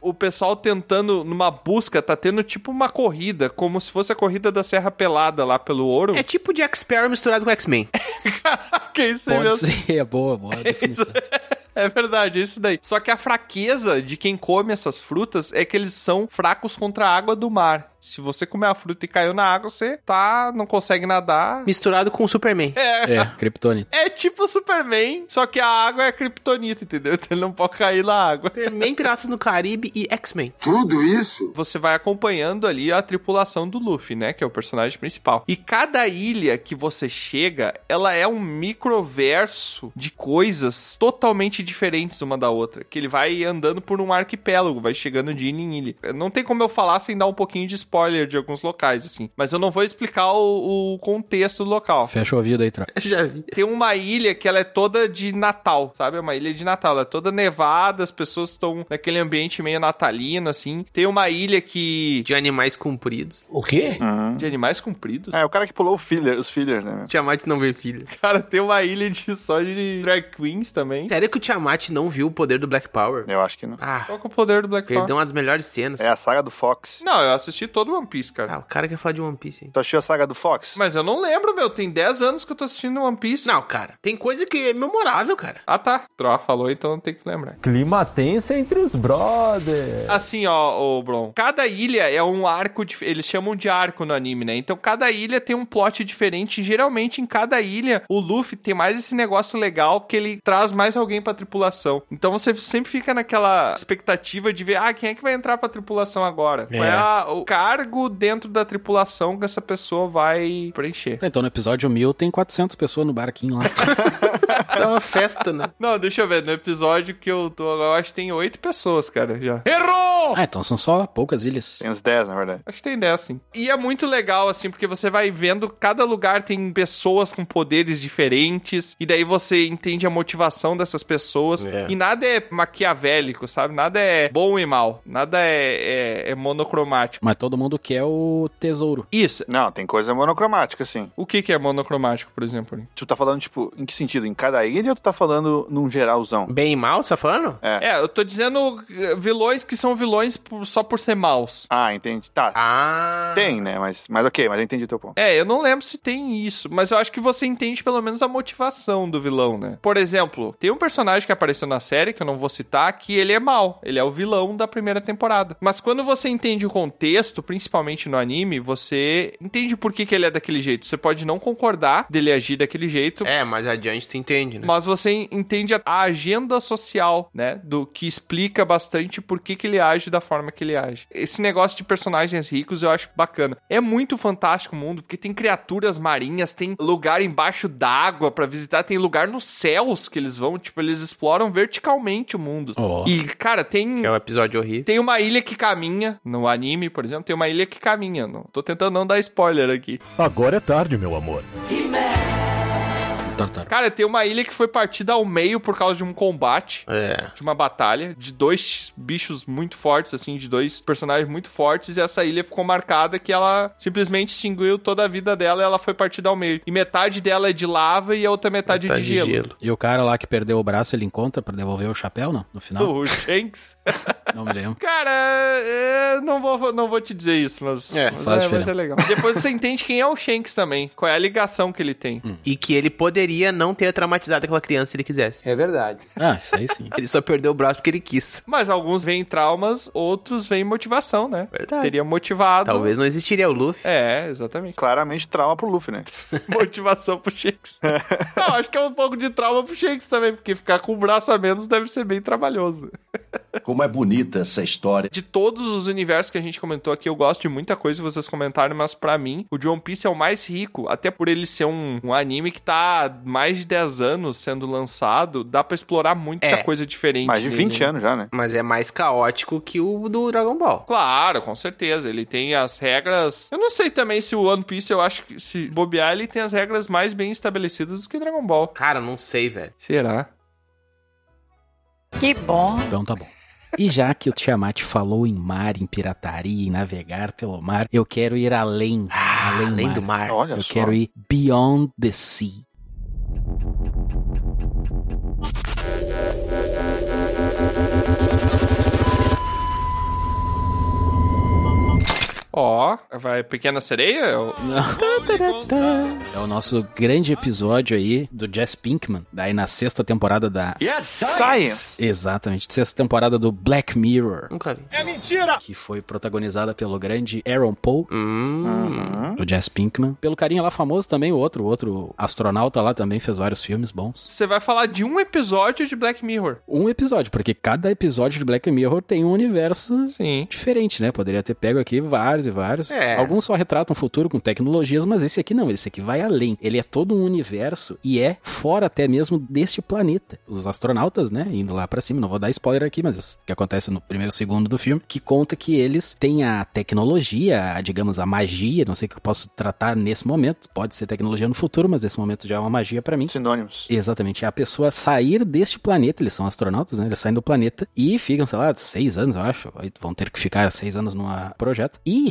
A: o pessoal tentando, numa busca, tá tendo tipo uma corrida, como se fosse a corrida da Serra Pelada lá pelo ouro.
B: É tipo Jack Sparrow misturado com X-Men.
A: Caraca, isso
D: Pode
A: mesmo.
D: ser, é boa, boa definição.
A: É verdade, é isso daí. Só que a fraqueza de quem come essas frutas é que eles são fracos contra a água do mar. Se você comer a fruta e caiu na água, você tá, não consegue nadar.
B: Misturado com o Superman.
A: É.
D: É, Kryptonita.
A: É tipo Superman, só que a água é kryptonita, entendeu? Então ele não pode cair na água.
B: Superman, Piratas do Caribe e X-Men.
F: Tudo isso?
A: Você vai acompanhando ali a tripulação do Luffy, né? Que é o personagem principal. E cada ilha que você chega, ela é um microverso de coisas totalmente diferentes uma da outra. Que ele vai andando por um arquipélago, vai chegando de ilha em ilha. Não tem como eu falar sem dar um pouquinho de spoiler de alguns locais, assim. Mas eu não vou explicar o, o contexto do local.
D: Fecha o ouvido aí, troca.
B: Já vi.
A: Tem uma ilha que ela é toda de Natal, sabe? É uma ilha de Natal. Ela é toda nevada, as pessoas estão naquele ambiente meio natalino, assim. Tem uma ilha que.
B: De animais compridos.
N: O quê?
C: Uhum.
A: De animais compridos?
C: É, o cara que pulou o filler, os fillers, né? meu?
B: Tiamat não vê filho.
A: Cara, tem uma ilha de só de drag queens também.
B: Sério que o Tiamat não viu o poder do Black Power?
C: Eu acho que não.
B: Ah,
A: Qual que é o poder do Black
B: perdeu
A: Power?
B: uma das melhores cenas.
C: É a saga do Fox.
A: Não, eu assisti todo One Piece, cara.
B: Ah, o cara quer falar de One Piece, hein?
C: Tu achou a saga do Fox?
A: Mas eu não lembro, meu. Tem 10 anos que eu tô assistindo One Piece.
B: Não, cara, tem coisa que é memorável, cara.
A: Ah, tá. Troa falou, então eu tenho que lembrar.
Q: Clima tenso entre os brothers.
A: Assim, ó, ô Bron. Cada ilha é um arco. dif- Eles chamam de arco no anime, né? Então cada ilha tem um plot diferente. Geralmente em cada ilha, o Luffy tem mais esse negócio legal que ele traz mais alguém pra tripulação. Então você sempre fica naquela expectativa de ver, ah, quem é que vai entrar pra tripulação agora? Qual é
B: É.
A: a- o cargo dentro da tripulação que essa pessoa vai preencher?
D: Então, no episódio 1000 tem 400 pessoas no barquinho lá.
B: É uma festa, né?
A: Não, deixa eu ver. No episódio que eu tô agora, eu acho que tem oito pessoas, cara, já.
D: ah, então são só poucas
A: É.
D: ilhas.
C: Tem uns 10, na verdade.
A: Acho que tem dessa, sim. E é muito legal, assim, porque você vai vendo cada lugar tem pessoas com poderes diferentes, e daí você entende a motivação dessas pessoas.
B: É.
A: E nada é maquiavélico, sabe? Nada é bom e mal. Nada é, é- é monocromático.
D: Mas todo mundo quer o tesouro.
A: Isso.
C: Não, tem coisa monocromática, assim.
A: O que, que é monocromático, por exemplo?
C: Tu tá falando, tipo, em que sentido? Em cada ilha ou tu tá falando num geralzão?
B: Bem e mal, você tá falando?
C: É.
A: É, eu tô dizendo eh, vilões que são vilões por- só por ser maus.
C: Ah, entendi. Tá.
B: Ah.
C: Tem, né? Mas, mas ok, mas eu entendi o teu ponto.
A: É, eu não lembro se tem isso, mas eu acho que você entende pelo menos a motivação do vilão, né? Por exemplo, tem um personagem que apareceu na série, que eu não vou citar, que ele é mau. Ele é o vilão da primeira temporada. Mas quando você entende o contexto, principalmente no anime, você entende por que, que ele é daquele jeito. Você pode não concordar dele agir daquele jeito.
B: É, mas adiante tu entende, né?
A: Mas você entende a- a agenda social, né? Do que explica bastante por que, que ele age da forma que ele age. Esse negócio de personagens ricos eu acho bacana. É muito fantástico o mundo, porque tem criaturas marinhas, tem lugar embaixo d'água pra visitar, tem lugar nos céus que eles vão, tipo, eles exploram verticalmente o mundo.
D: Ó.
A: E, cara, tem.
B: Que é um episódio horrível.
A: Tem uma ilha que caminha, no anime, por exemplo, tem uma ilha que caminha. Não, tô tentando não dar spoiler aqui.
Q: Agora é tarde, meu amor.
D: Tartar.
A: Cara, tem uma ilha que foi partida ao meio por causa de um combate.
B: É.
A: de uma batalha de dois bichos muito fortes, assim, de dois personagens muito fortes, e essa ilha ficou marcada que ela simplesmente extinguiu toda a vida dela e ela foi partida ao meio. E metade dela é de lava e a outra metade,
B: Tá
A: é de gelo.
D: E o cara lá que perdeu o braço, ele encontra pra devolver o chapéu, não? No final?
A: O Shanks.
D: Não me lembro.
A: Cara, é, não, vou, não vou te dizer isso, mas,
B: É,
A: mas,
D: faz
A: é, mas
D: diferença.
A: é legal. Depois você entende quem é o Shanks também, qual é a ligação que ele tem.
B: E que ele poderia não ter traumatizado aquela criança se ele quisesse.
G: É verdade.
D: Ah, isso aí sim.
B: Ele só perdeu o braço porque ele quis.
A: Mas alguns veem traumas, outros veem motivação, né?
B: Verdade.
A: Teria motivado.
B: Talvez não existiria o Luffy.
A: É, exatamente.
C: Claramente trauma pro Luffy, né?
A: motivação pro Shanks. um Não, acho que é um pouco de trauma pro Shanks também, porque ficar com o braço a menos deve ser bem trabalhoso.
R: Como é bonita essa história.
A: De todos os universos que a gente comentou aqui, eu gosto de muita coisa que vocês comentaram, mas para mim, o de One Piece é o mais rico, até por ele ser um, um anime que tá há mais de 10 anos sendo lançado, dá para explorar muita
B: É.
A: coisa diferente.
C: Mais de
A: nele.
C: 20 anos já, né?
B: Mas é mais caótico que o do Dragon Ball.
A: Claro, com certeza. Ele tem as regras. Eu não sei também se o One Piece, eu acho que se bobear, ele tem as regras mais bem estabelecidas do que Dragon Ball.
B: Cara, não sei, velho.
A: Será?
L: Que bom.
D: Então tá bom. E já que o Tiamat falou em mar, em pirataria, em navegar pelo mar, eu quero ir além. Ah, além
B: Ah, além do mar.
C: Olha
D: É, eu
C: só.
D: quero ir beyond the sea.
A: Ó, vai Pequena Sereia?
D: É o nosso grande episódio aí do Jess Pinkman, daí na sexta temporada da.
C: Yes, science!
D: Exatamente, sexta temporada do Black Mirror.
B: Nunca vi.
N: É mentira!
D: Que foi protagonizada pelo grande Aaron Paul,
B: Hum.
D: do Jess Pinkman. Pelo carinha lá famoso também, o outro, o outro astronauta lá também fez vários filmes bons.
A: Você vai falar de um episódio de Black Mirror.
D: Um episódio, porque cada episódio de Black Mirror tem um universo
A: Sim.
D: diferente, né? Poderia ter pego aqui vários e vários.
B: É.
D: Alguns só retratam o futuro com tecnologias, mas esse aqui não, esse aqui vai além. Ele é todo um universo e é fora até mesmo deste planeta. Os astronautas, né, indo lá pra cima, não vou dar spoiler aqui, mas isso que acontece no primeiro segundo do filme, que conta que eles têm a tecnologia, a, digamos, a magia, não sei o que eu posso tratar nesse momento, pode ser tecnologia no futuro, mas nesse momento já é uma magia pra mim.
C: Sinônimos.
D: Exatamente. É a pessoa sair deste planeta, eles são astronautas, né? Eles saem do planeta e ficam, sei lá, seis anos, eu acho. Aí Vão ter que ficar seis anos num projeto. E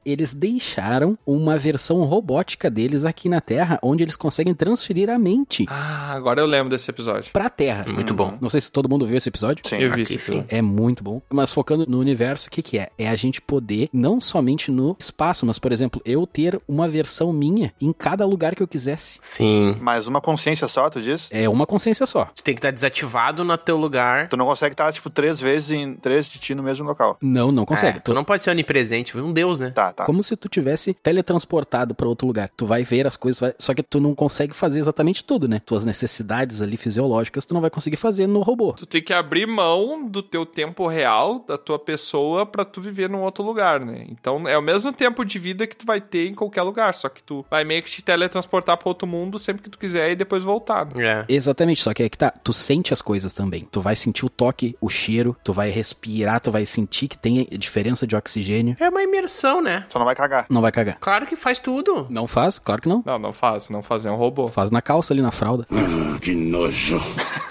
D: eles deixaram uma versão robótica deles aqui na Terra, onde eles conseguem transferir a mente
A: Ah, agora eu lembro desse episódio.
D: pra Terra.
B: Muito bom.
D: Não sei se todo mundo viu esse episódio.
C: Uhum. Sim.
A: eu vi
B: aqui
A: esse
B: sim.
A: episódio.
D: É muito bom. Mas focando no universo, o que, que é? É a gente poder, não somente no espaço, mas, por exemplo, eu ter uma versão minha em cada lugar que eu quisesse.
B: Sim.
C: Mas uma consciência só, tu diz?
D: É uma consciência só.
B: Tu tem que estar desativado no teu lugar.
C: Tu não consegue estar, tipo, três vezes em três de ti no mesmo local.
D: Não, não consegue.
B: É, tu não pode ser onipresente, viu? Um deus, né?
C: Tá, tá.
D: Como se tu tivesse teletransportado pra outro lugar. Tu vai ver as coisas, vai- só que tu não consegue fazer exatamente tudo, né? Tuas necessidades ali fisiológicas tu não vai conseguir fazer no robô.
A: Tu tem que abrir mão do teu tempo real, da tua pessoa, pra tu viver num outro lugar, né? Então é o mesmo tempo de vida que tu vai ter em qualquer lugar, só que tu vai meio que te teletransportar pra outro mundo sempre que tu quiser e depois voltar. né?
B: É.
D: Exatamente, só que é que tá, tu sente as coisas também. Tu vai sentir o toque, o cheiro, tu vai respirar, tu vai sentir que tem diferença de oxigênio.
B: É uma imersão, né?
C: Só não vai cagar.
D: Não vai cagar.
B: Claro que faz tudo.
D: Não faz? Claro que não.
A: Não, não faz, não faz, é um robô.
D: Faz na calça ali na fralda.
F: Ah, Que nojo.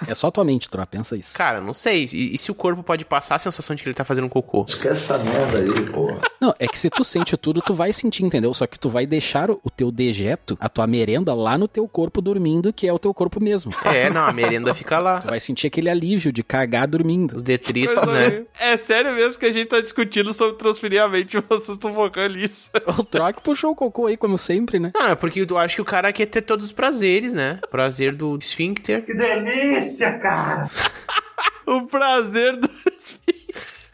D: É só tua mente, Troa, pensa isso.
B: Cara, não sei. E, e se o corpo pode passar a sensação de que ele tá fazendo cocô?
R: Esquece essa merda aí, porra.
D: Não, é que se tu sente tudo, tu vai sentir, entendeu? Só que tu vai deixar o teu dejeto, a tua merenda, lá no teu corpo dormindo, que é o teu corpo mesmo.
B: É, não, a merenda fica lá.
D: Tu vai sentir aquele alívio de cagar dormindo.
B: Os detritos,
A: Coisa
B: né?
A: aí. É sério mesmo que a gente tá discutindo sobre transferir a mente e vocês estão focando nisso.
D: O Troc puxou o cocô aí, como sempre, né?
B: Não, é porque eu acho que o cara quer ter todos os prazeres, né? Prazer do esfíncter.
F: Que delícia, cara.
A: O prazer do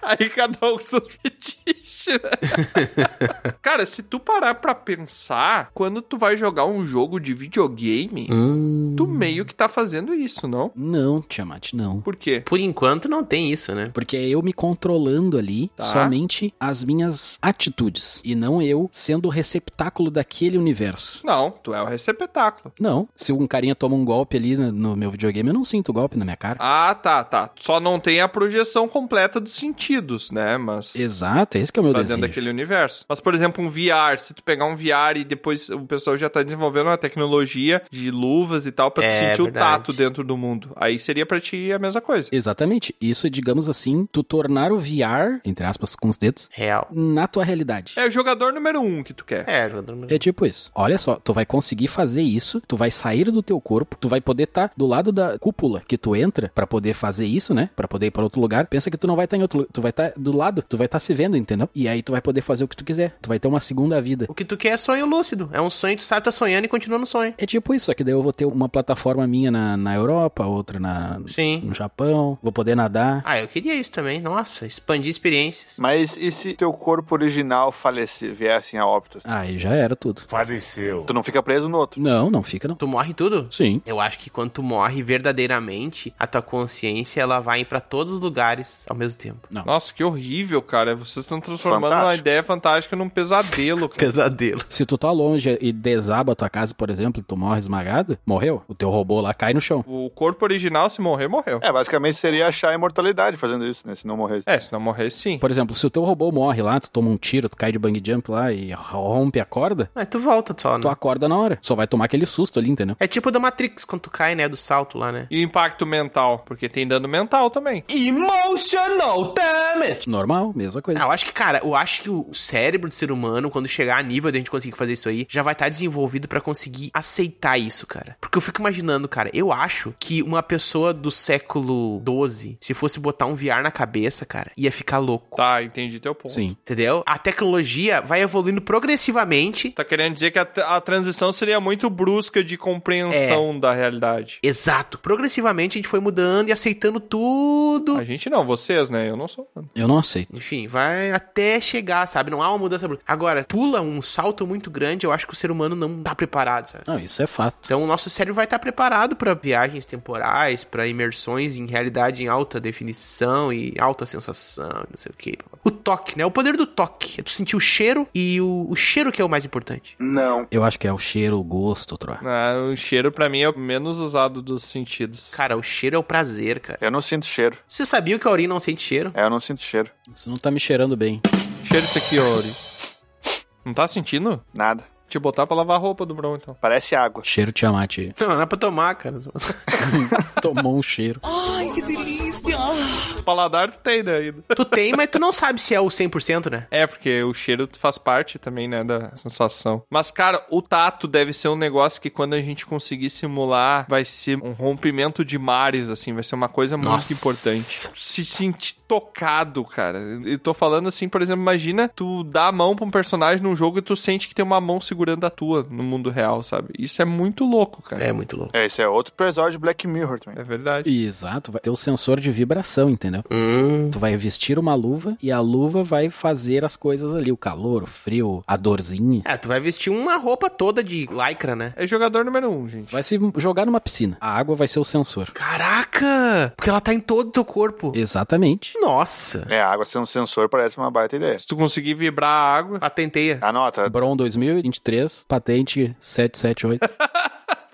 A: Aí cada um com seus fetiches. né? Cara, se tu parar pra pensar, quando tu vai jogar um jogo de videogame,
B: Hum.
A: tu meio que tá fazendo isso, não?
D: Não, Tiamat, não.
A: Por quê?
B: Por enquanto não tem isso, né?
D: Porque é eu me controlando ali
A: Tá.
D: somente as minhas atitudes. E não eu sendo o receptáculo daquele universo.
A: Não, tu é o receptáculo.
D: Não. Se um carinha toma um golpe ali no, no meu videogame, eu não sinto golpe na minha cara.
A: Ah, tá, tá. Só não tem a projeção completa dos sentidos, né? Mas.
D: Exato, esse que é o meu
A: Tá
D: desejo.
A: dentro daquele universo. Mas, por exemplo, um VR, se tu pegar um VR e depois o pessoal já tá desenvolvendo uma tecnologia de luvas e tal pra tu
B: É,
A: sentir o
B: verdade.
A: tato dentro do mundo. Aí seria pra ti a mesma coisa.
D: Exatamente. Isso é, digamos assim, tu tornar o VR, entre aspas, com os dedos,
B: Real.
D: na tua realidade.
A: É o jogador número um que tu quer.
B: É, jogador.
D: É tipo isso. Olha só, tu vai conseguir fazer isso, tu vai sair do teu corpo, tu vai poder tá estar do lado da cúpula que tu entra pra poder fazer isso, né? Pra poder ir pra outro lugar. Pensa que tu não vai estar em outro, lu- tu vai estar do lado, tu vai estar se vendo, entendeu? E aí tu vai poder fazer o que tu quiser. Tu vai ter uma segunda vida.
B: O que tu quer é sonho lúcido. É um sonho, tu sabe, tá sonhando e continua no sonho.
D: É tipo isso, só que daí eu vou ter uma plataforma minha na, na Europa, outra na,
B: Sim.
D: no Japão, vou poder nadar.
B: Ah, eu queria isso também. Nossa, expandir experiências.
C: Mas e se teu corpo original falecer, viessem a óbito?
D: Aí já era tudo.
C: Faleceu. Tu não fica preso no outro.
D: Não, não fica não.
B: Tu morre tudo?
D: Sim.
B: Eu acho que quando tu morre verdadeiramente, a tua consciência ela vai pra todos os lugares ao mesmo tempo.
D: Não.
A: Nossa, que horrível, cara. Vocês estão transformando uma
C: Fantástico.
A: ideia fantástica num pesadelo, cara.
B: Pesadelo.
D: Se tu tá longe e desaba a tua casa, por exemplo, e tu morre esmagado, morreu. O teu robô lá cai no chão.
A: O corpo original, se morrer, morreu.
C: É, basicamente seria achar a imortalidade fazendo isso, né? Se não morresse.
A: É, se não morrer, sim.
D: Por exemplo, se o teu robô morre lá, tu toma um tiro, tu cai de bang jump lá e rompe a corda,
B: Aí tu volta só, né?
D: tu acorda na hora. Só vai tomar aquele susto ali, entendeu?
B: É tipo da Matrix quando tu cai, né? Do salto lá, né?
A: E o impacto mental, porque tem dano mental também.
N: Emotional damage!
D: Normal, mesma coisa.
B: Ah, eu acho que, cara, eu acho que o cérebro do ser humano, quando chegar a nível de a gente conseguir fazer isso aí, já vai estar desenvolvido pra conseguir aceitar isso, cara. Porque eu fico imaginando, cara, eu acho que uma pessoa do século 12, se fosse botar um VR na cabeça, cara, ia ficar louco.
A: Tá, entendi teu ponto.
D: Sim.
B: Entendeu? A tecnologia vai evoluindo progressivamente.
A: Tá querendo dizer que a, t- a transição seria muito brusca de compreensão
B: É.
A: da realidade.
B: Exato. Progressivamente a gente foi mudando e aceitando tudo.
A: A gente não, vocês, né? Eu não sou.
D: Eu não aceito.
B: Enfim, vai até chegar, sabe? Não há uma mudança. brusca. Agora, pula um salto muito grande, eu acho que o ser humano não tá preparado, sabe?
D: Não, isso é fato.
B: Então o nosso cérebro vai estar preparado pra viagens temporais, pra imersões em realidade em alta definição e alta sensação, não sei o que. O toque, né? O poder do toque. É tu sentir o cheiro e o, o cheiro que é o mais importante.
C: Não.
D: Eu acho que é o cheiro, o gosto, Troa.
A: Ah, o cheiro, pra mim, é o menos usado dos sentidos.
B: Cara, o cheiro é o prazer, cara.
C: Eu não sinto cheiro.
B: Você sabia que a urina não sente cheiro?
C: É, eu não sinto cheiro.
D: Isso não tá me cheirando bem.
A: Cheira isso aqui, Ori. Não tá sentindo?
C: Nada.
A: Te botar pra lavar a roupa do Bron, então.
C: Parece água.
D: Cheiro Tiamat. aí.
B: Não, não é pra tomar, cara.
D: Tomou um cheiro.
N: Ai, que delícia!
A: Paladar tu tem, né? ainda.
B: Tu tem, mas tu não sabe se é o 100%, né?
A: É, porque o cheiro faz parte também, né, da sensação. Mas, cara, o tato deve ser um negócio que quando a gente conseguir simular, vai ser um rompimento de mares, assim, vai ser uma coisa
B: Nossa.
A: muito importante. Se sentir tocado, cara. Eu tô falando assim, por exemplo, imagina tu dá a mão pra um personagem num jogo e tu sente que tem uma mão segurando a tua no mundo real, sabe? Isso é muito louco, cara.
B: É muito louco.
C: É, esse é outro episódio de Black Mirror também.
A: É verdade.
D: Exato, vai ter o sensor de vibração, entendeu?
B: Hum.
D: Tu vai vestir uma luva e a luva vai fazer as coisas ali, o calor, o frio, a dorzinha.
B: É, tu vai vestir uma roupa toda de lycra, né?
A: É jogador número um, gente.
D: Vai se jogar numa piscina. A água vai ser o sensor.
B: Caraca! Porque ela tá em todo o teu corpo.
D: Exatamente.
B: Nossa!
C: É, a água ser um sensor parece uma baita ideia.
A: Se tu conseguir vibrar a água,
B: Patenteia.
C: Anota.
D: Bron 2023, patente 778.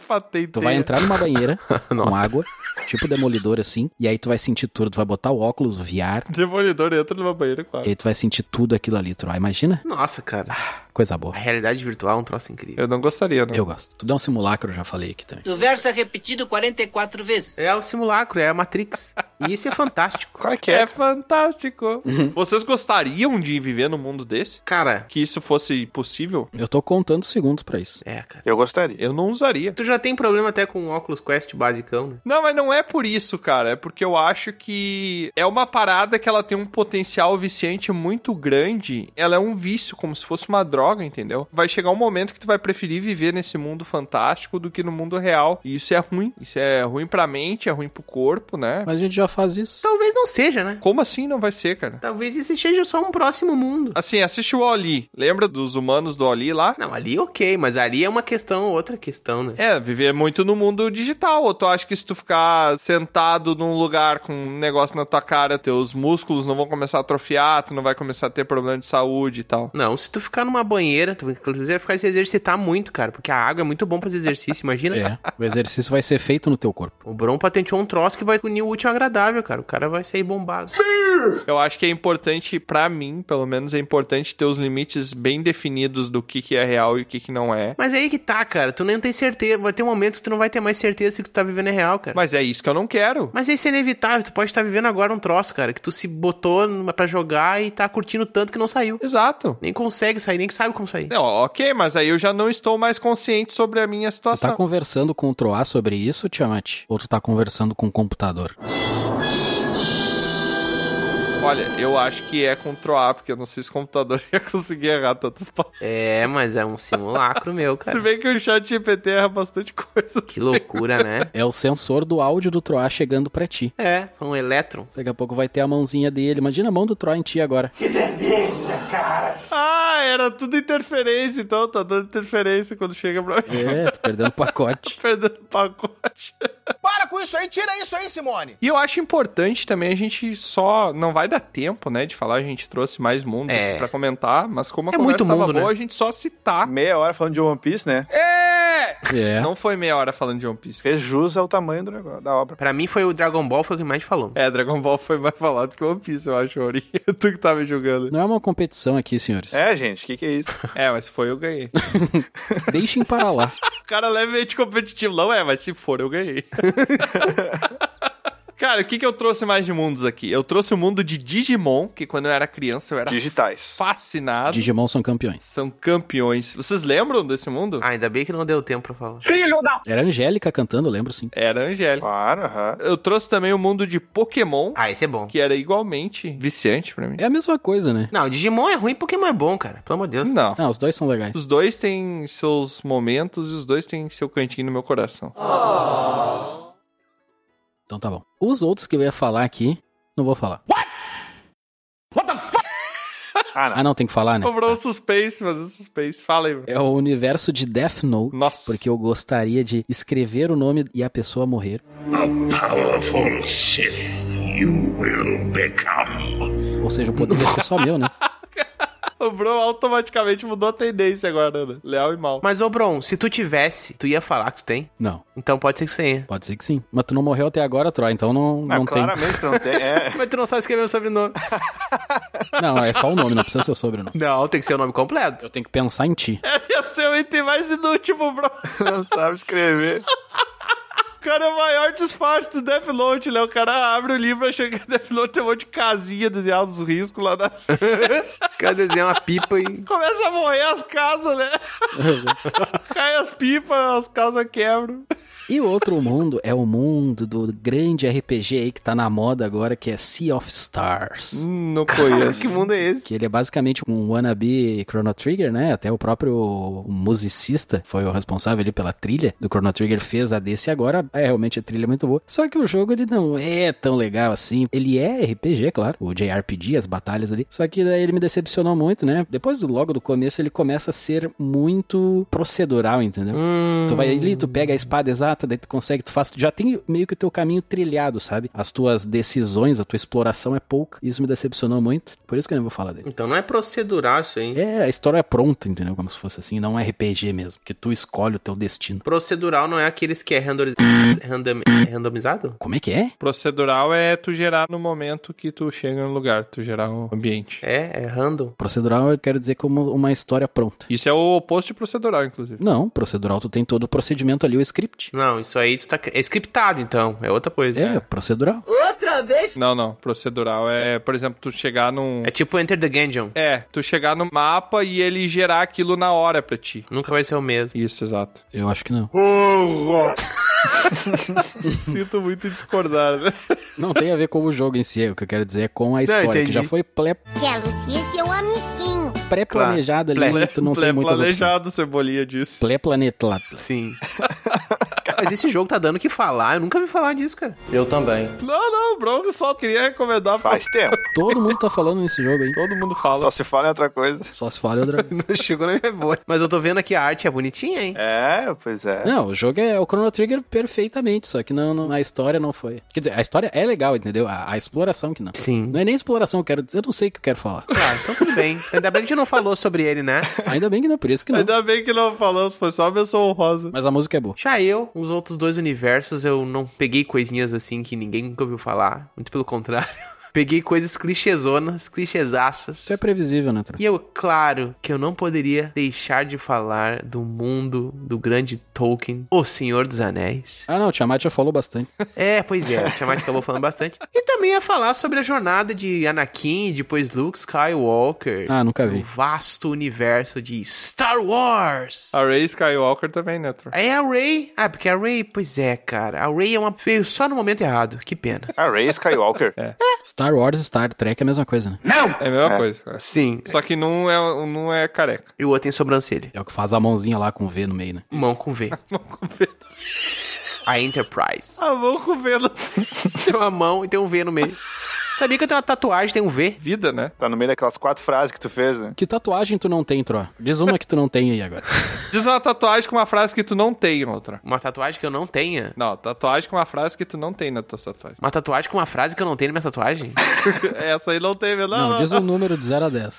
A: patente.
D: Tu vai entrar numa banheira com
B: Nota.
D: água, tipo demolidor assim, e aí tu vai sentir tudo. Tu vai botar o óculos, o VR,
A: Demolidor entra numa banheira com água.
D: e aí tu vai sentir tudo aquilo ali, Troy. Imagina?
B: Nossa, cara.
D: Coisa
B: A
D: boa.
B: realidade virtual é um troço incrível.
A: Eu não gostaria, não.
D: Eu gosto. Tu dá um simulacro, eu já falei aqui também.
L: O verso é repetido 44 vezes.
B: É o simulacro, é a Matrix. E isso é fantástico.
C: Qual é que é? Uhum.
A: É fantástico. Vocês gostariam de viver num mundo desse?
B: Cara,
A: Que isso fosse possível?
D: Eu tô contando segundos pra isso.
B: é, cara.
C: Eu gostaria.
A: Eu não usaria.
B: Tu já tem problema até com o Oculus Quest basicão, né?
A: Não, mas não é por isso, cara. É porque eu acho que é uma parada que ela tem um potencial viciante muito grande. Ela é um vício, como se fosse uma droga, entendeu? Vai chegar um momento que tu vai preferir viver nesse mundo fantástico do que no mundo real. E isso é ruim. Isso é ruim pra mente, é ruim pro corpo, né?
D: Mas a gente já faz isso.
B: Talvez não seja, né?
A: Como assim não vai ser, cara?
B: Talvez esse seja só um próximo mundo.
A: Assim, assiste o Ali. Lembra dos humanos do Ali lá?
B: Não, ali ok, mas ali é uma questão, outra questão, né?
A: É, viver muito no mundo digital. Ou tu acha que se tu ficar sentado num lugar com um negócio na tua cara, teus músculos não vão começar a atrofiar, tu não vai começar a ter problema de saúde e tal.
B: Não, se tu ficar numa banheira, tu inclusive vai ficar se exercitar muito, cara, porque a água é muito bom pra fazer exercício, imagina.
D: É. O exercício vai ser feito no teu corpo.
B: O Bron patenteou um troço que vai unir o útil ao agradável, cara. O cara vai sair bombado.
A: Eu acho que é importante, pra mim, pelo menos, é importante ter os limites bem definidos do que, que é real e o que, que não é.
B: Mas aí que tá, cara. Tu nem tem certeza. Vai ter um momento que tu não vai ter mais certeza se o que tu tá vivendo é real, cara. Mas...
A: Mas é isso que eu não quero.
B: isso é inevitável, tu pode estar vivendo agora um troço, cara, que tu se botou numa- pra jogar e tá curtindo tanto que não saiu.
A: Exato.
B: Nem consegue sair, nem sabe como sair.
A: Não, ok, mas aí eu já não estou mais consciente sobre a minha
D: Tu tá
A: situação.
D: conversando com o Troá sobre isso, Tiamat? Ou tu tá conversando com o computador?
A: Olha, eu acho que é com Troar, porque eu não sei se o computador ia conseguir errar tantas palavras.
B: É, mas é um simulacro meu, cara.
A: Se bem que o chat GPT erra bastante coisa.
B: Que loucura, né?
D: É o sensor do áudio do Troar chegando pra ti.
B: É, são elétrons.
D: Daqui a pouco vai ter a mãozinha dele. Imagina a mão do Troar em ti agora.
I: Que beleza, cara.
A: Ah, era tudo interferência, então tá dando interferência quando chega pra mim.
D: É, tô perdendo o pacote.
A: tô perdendo o pacote.
N: Para com isso aí, tira isso aí, Simone.
A: E eu acho importante também a gente só. Não vai dar tempo, né, de falar, a gente trouxe mais mundos
B: É.
A: aqui pra comentar, mas como a
B: É
A: conversa
B: muito
A: tava
B: mundo,
A: boa,
B: né?
A: a gente só citar.
C: Meia hora falando de One Piece, né?
A: É!
D: É.
A: Não foi meia hora falando de One Piece.
C: Fez jus ao tamanho do negócio, da obra.
B: Pra mim foi o Dragon Ball foi o que mais falou.
A: É, Dragon Ball foi mais falado que One Piece, eu acho, Ori. tu que tá me julgando.
D: Não é uma competição aqui, senhores.
C: É, gente, o que, que é isso?
A: É, mas foi eu ganhei.
D: Deixem para lá.
A: O cara levemente competitivo. Não é, mas se for, eu ganhei. Cara, o que, que eu trouxe mais de mundos aqui? Eu trouxe o mundo de Digimon, que quando eu era criança eu era
C: Digitais. Tá.
A: fascinado.
D: Digimon são campeões.
A: São campeões. Vocês lembram desse mundo?
B: Ah, ainda bem que não deu tempo pra falar.
D: Era a Angélica cantando, eu lembro sim.
A: Era Angélica.
C: Claro, aham.
A: Eu trouxe também o mundo de Pokémon,
B: Ah, esse é bom.
A: que era igualmente viciante pra mim.
D: É a mesma coisa, né?
B: Não, Digimon é ruim, Pokémon é bom, cara. Pelo amor de Deus.
A: Não.
D: Ah, os dois são legais.
A: Os dois têm seus momentos e os dois têm seu cantinho no meu coração.
D: Então tá bom. Os outros que eu ia falar aqui, não vou falar.
C: Ah, não.
D: Ah, não, tem que falar, né?
A: Cobrou um suspense, mas um suspense. Fala aí, bro.
D: É o universo de Death Note.
A: Nossa.
D: Porque eu gostaria de escrever o nome e a pessoa morrer.
F: Powerful Sith you will become.
D: Ou seja, o poder vai ser só meu, né?
A: O Bro automaticamente mudou a tendência agora, né? Leal e mal.
B: Mas, ô Bron, se tu tivesse, tu ia falar que tu tem.
D: Não,
B: Então pode ser que você ia.
D: pode ser que sim. Mas tu não morreu até agora, Troy, então não,
C: Ah,
D: não tem.
C: claramente não tem. É.
B: Mas tu não sabe escrever o sobrenome.
D: Não, é só o nome, não precisa ser o sobrenome.
B: Não, tem que ser o nome completo.
D: Eu tenho que pensar em ti.
A: É, Ia ser o item mais inútil, Bro.
C: Não sabe escrever.
A: Cara, é o maior disfarce do Death Note, né? O cara abre o livro achando que o Death Note tem um monte de casinha desenhar os riscos lá da...
B: O cara desenha uma pipa e.
A: Começa a morrer as casas, né? Cai as pipas, as casas quebram.
D: E o outro mundo é o mundo do grande RPG aí que tá na moda agora, que é Sea of Stars.
A: Hum, Não conheço.
B: Que mundo é esse?
D: Que ele é basicamente um wannabe Chrono Trigger, né? Até o próprio musicista foi o responsável ali pela trilha do Chrono Trigger, fez a desse e agora é realmente a trilha é muito boa. Só que o jogo ele não é tão legal assim. Ele é RPG, claro, o JRPG, as batalhas ali. Só que daí ele me decepcionou muito, né? Depois do logo do começo ele começa a ser muito procedural, entendeu?
B: Hum.
D: Tu vai ali, tu pega a espada exata, daí tu consegue, tu faz, tu já tem meio que o teu caminho trilhado, sabe? As tuas decisões, a tua exploração é pouca. Isso me decepcionou muito, por isso que eu não vou falar dele.
B: Então não é procedural isso aí.
D: É, a história é pronta, entendeu? Como se fosse assim, não um RPG mesmo, que tu escolhe o teu destino.
B: Procedural não é aqueles que é randori- random- randomizado?
D: Como é que é?
A: Procedural é tu gerar no momento que tu chega no lugar, tu gerar o ambiente.
B: É, é random.
D: Procedural eu quero dizer como uma história pronta.
A: Isso é o oposto de procedural, inclusive.
D: Não, procedural tu tem todo o procedimento ali, o script.
B: Não, isso aí tu tá. É scriptado, então. É outra coisa.
D: É, procedural.
I: Outra vez?
A: Não, não. Procedural é, por exemplo, tu chegar num...
B: É tipo Enter the Gungeon.
A: É, tu chegar no mapa e ele gerar aquilo na hora pra ti.
B: Nunca vai ser o mesmo.
A: Isso, exato.
D: Eu acho que não.
A: Sinto muito discordar, né?
D: Não tem a ver com o jogo em si, o que eu quero dizer é com a história, que
B: entendi.
D: já foi ple-
I: Que a Lucia é seu amiguinho.
D: pré-planejada ali, né? tu não tem muitas opções.
A: É planejado, Cebolinha disse.
D: Pré-planejado.
B: Sim. Mas esse jogo tá dando o que falar. Eu nunca vi falar disso, cara.
G: Eu também.
D: Tá.
A: Não, não, o Bronco só queria recomendar pra
C: Faz tempo.
D: Todo mundo tá falando nesse jogo aí.
A: todo mundo fala.
C: Só se fala em outra coisa.
D: Só se fala em outra
B: Não chegou na minha memória. Mas eu tô vendo aqui a arte é bonitinha, hein?
C: É, pois é.
D: Não, o jogo é o Chrono Trigger perfeitamente, só que não, não- a história não foi. Quer dizer, a história é legal, entendeu? A, a exploração que não.
B: Sim.
D: Não é nem exploração, eu quero dizer, eu não sei o que eu quero falar.
B: Ah, então tudo bem. Ainda bem que a gente não falou sobre ele, né?
D: Ainda bem que não, é por isso que não.
A: Ainda bem que não falamos, foi só uma menção honrosa.
D: Mas a música é boa.
B: Já eu, os outros dois universos, eu não peguei coisinhas assim que ninguém nunca ouviu falar. Muito pelo contrário. Peguei coisas clichêzonas, clichêsaças.
D: Isso é previsível, né, Tro?
B: E eu, claro, que eu não poderia deixar de falar do mundo do grande Tolkien, o Senhor dos Anéis.
D: Ah, não, o Tiamat já falou bastante.
B: É, pois é, o Tiamat acabou falando bastante. E também ia falar sobre a jornada de Anakin, depois Luke Skywalker.
D: Ah, nunca
B: O
D: vi.
B: vasto universo de Star Wars.
A: A Ray Skywalker também, né, Tro?
B: É a Ray. Ah, porque a Ray, pois é, cara. A Ray é uma veio só no momento errado. Que pena.
C: A Ray Skywalker.
D: Star Wars e Star Trek é a mesma coisa, né?
A: Não! É a mesma
D: É.
A: coisa. é.
B: Sim.
A: Só que num é, num é careca.
B: E o outro tem sobrancelha.
D: É o que faz a mãozinha lá com o V no meio, né?
B: Mão com V.
A: Mão com V.
B: A Enterprise.
D: Ah,
A: A mão com V. no-
B: tem uma mão e tem um V no meio. Sabia que eu tenho uma tatuagem, tem um V?
A: Vida, né?
C: Tá no meio daquelas quatro frases que tu fez, né?
D: Que tatuagem tu não tem, Tro? Diz uma que tu não tem aí agora.
A: Diz uma tatuagem com uma frase que tu não tem, outra.
B: Uma tatuagem que eu não tenha?
A: Não, tatuagem com uma frase que tu não tem na tua tatuagem.
B: Uma tatuagem com uma frase que eu não tenho na minha tatuagem?
A: Essa aí não teve, não.
D: Não,
A: não,
D: diz um
A: não.
D: número de 0 a 10.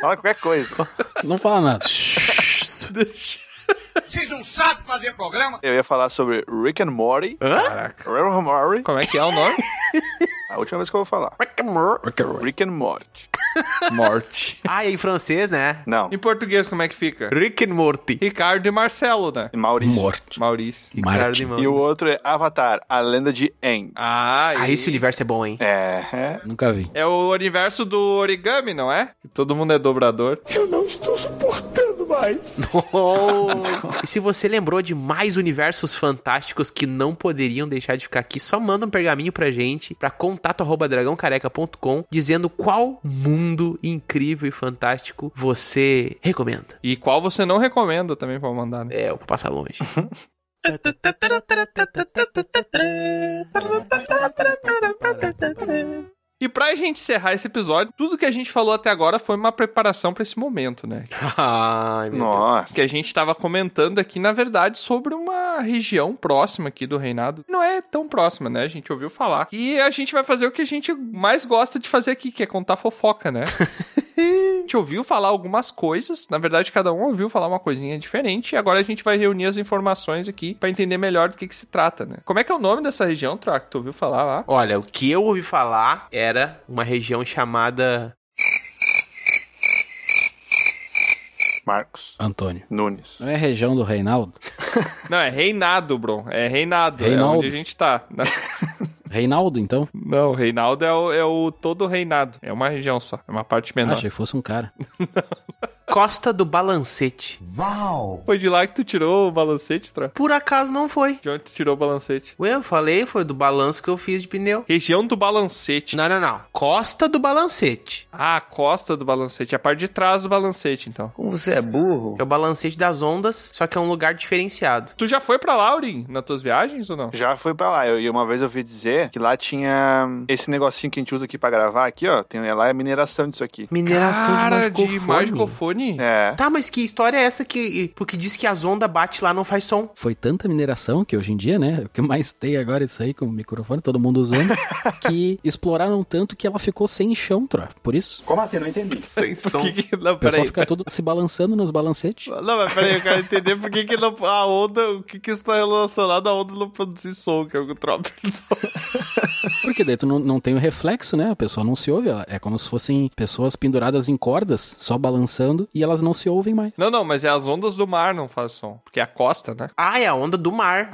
C: Fala qualquer coisa.
D: Não fala nada.
F: Vocês não sabem fazer programa?
C: Eu ia falar sobre Rick and Morty.
B: Hã?
A: Caraca.
C: Rick and Morty.
A: Como é que é o nome?
C: A última vez que eu vou falar.
B: Rick and Morty.
D: Rick and Morty.
C: Rick and Morty.
A: Morte.
B: Ah, e em francês, né?
C: Não.
A: Em português, como é que fica?
B: Rick and Morty.
A: Ricardo e Marcelo, né?
C: E Maurício.
D: Morte.
A: Maurício.
D: Marte.
C: E o outro é Avatar, a lenda de Aang.
A: Ah,
B: Ah,
A: e-
B: esse universo é bom, hein?
C: É.
D: Nunca vi.
A: É o universo do origami, não é? Que Todo mundo é dobrador.
N: Eu não estou suportando mais.
B: Nossa. e se você lembrou de mais universos fantásticos que não poderiam deixar de ficar aqui, só manda um pergaminho pra gente, pra contato.dragãocareca.com, dizendo qual mundo incrível e fantástico você recomenda.
A: E qual você não recomenda também pra mandar, né?
B: É, eu vou passar longe.
A: E pra gente encerrar esse episódio, tudo que a gente falou até agora foi uma preparação pra esse momento, né?
B: Ai, meu Deus.
C: Nossa.
A: Que a gente tava comentando aqui, na verdade, sobre uma região próxima aqui do reinado. Não é tão próxima, né? A gente ouviu falar. E a gente vai fazer o que a gente mais gosta de fazer aqui, que é contar fofoca, né? A gente ouviu falar algumas coisas, na verdade cada um ouviu falar uma coisinha diferente, e agora a gente vai reunir as informações aqui pra entender melhor do que que se trata, né? Como é que é o nome dessa região, Troca? Tu ouviu falar lá?
B: Olha, o que eu ouvi falar era uma região chamada.
C: Marcos
D: Antônio.
C: Nunes.
D: Não é região do Reinaldo?
A: Não, é Reinado, Bron. É Reinado. É
D: Reinaldo.
A: onde a gente tá. Na-
D: Reinaldo, então?
A: Não, Reinaldo é o, é o todo Reinado. É uma região só. É uma parte
D: Ah,
A: menor.
D: achei que fosse um cara.
B: Costa do Balancete.
R: Uau!
A: Foi de lá que tu tirou o balancete, Tro?
B: Por acaso não foi.
A: De onde tu tirou o balancete?
B: Ué, eu falei, foi do balanço que eu fiz de pneu.
A: Região do balancete.
B: Não, não, não. Costa do Balancete.
A: Ah, a costa do balancete. A parte de trás do balancete, então.
R: Como você é burro?
B: É o balancete das ondas, só que é um lugar diferenciado.
A: Tu já foi pra Laurin nas tuas viagens ou não?
C: Já fui pra lá. Eu- E uma vez eu ouvi dizer que lá tinha esse negocinho que a gente usa aqui pra gravar aqui, ó. Tem, lá é mineração disso aqui.
B: Mineração de
A: Cara, de
B: magicofone.
A: magicofone?
C: É.
B: Tá, mas que história é essa que... Porque diz que as ondas bate lá não faz som.
D: Foi tanta mineração que hoje em dia, né? O que mais tem agora é isso aí com o microfone, todo mundo usando, que exploraram tanto que ela ficou sem chão, Tro. Por isso,
R: Como assim? Não entendi.
B: Sem
A: Por
B: som.
A: que que... Não,
D: o pessoal
A: peraí.
D: fica todo se balançando nos balancetes.
A: Não, mas peraí, eu quero entender por que, que não- a onda, o que, que isso tá relacionado a onda não produzir som, que é o que o Trop
D: Porque daí tu não, não tem o reflexo, né? A pessoa não se ouve. ela- é como se fossem pessoas penduradas em cordas, só balançando, e elas não se ouvem mais.
A: Não, não, mas é as ondas do mar não faz som, porque é a costa, né?
B: Ah, é a onda do mar.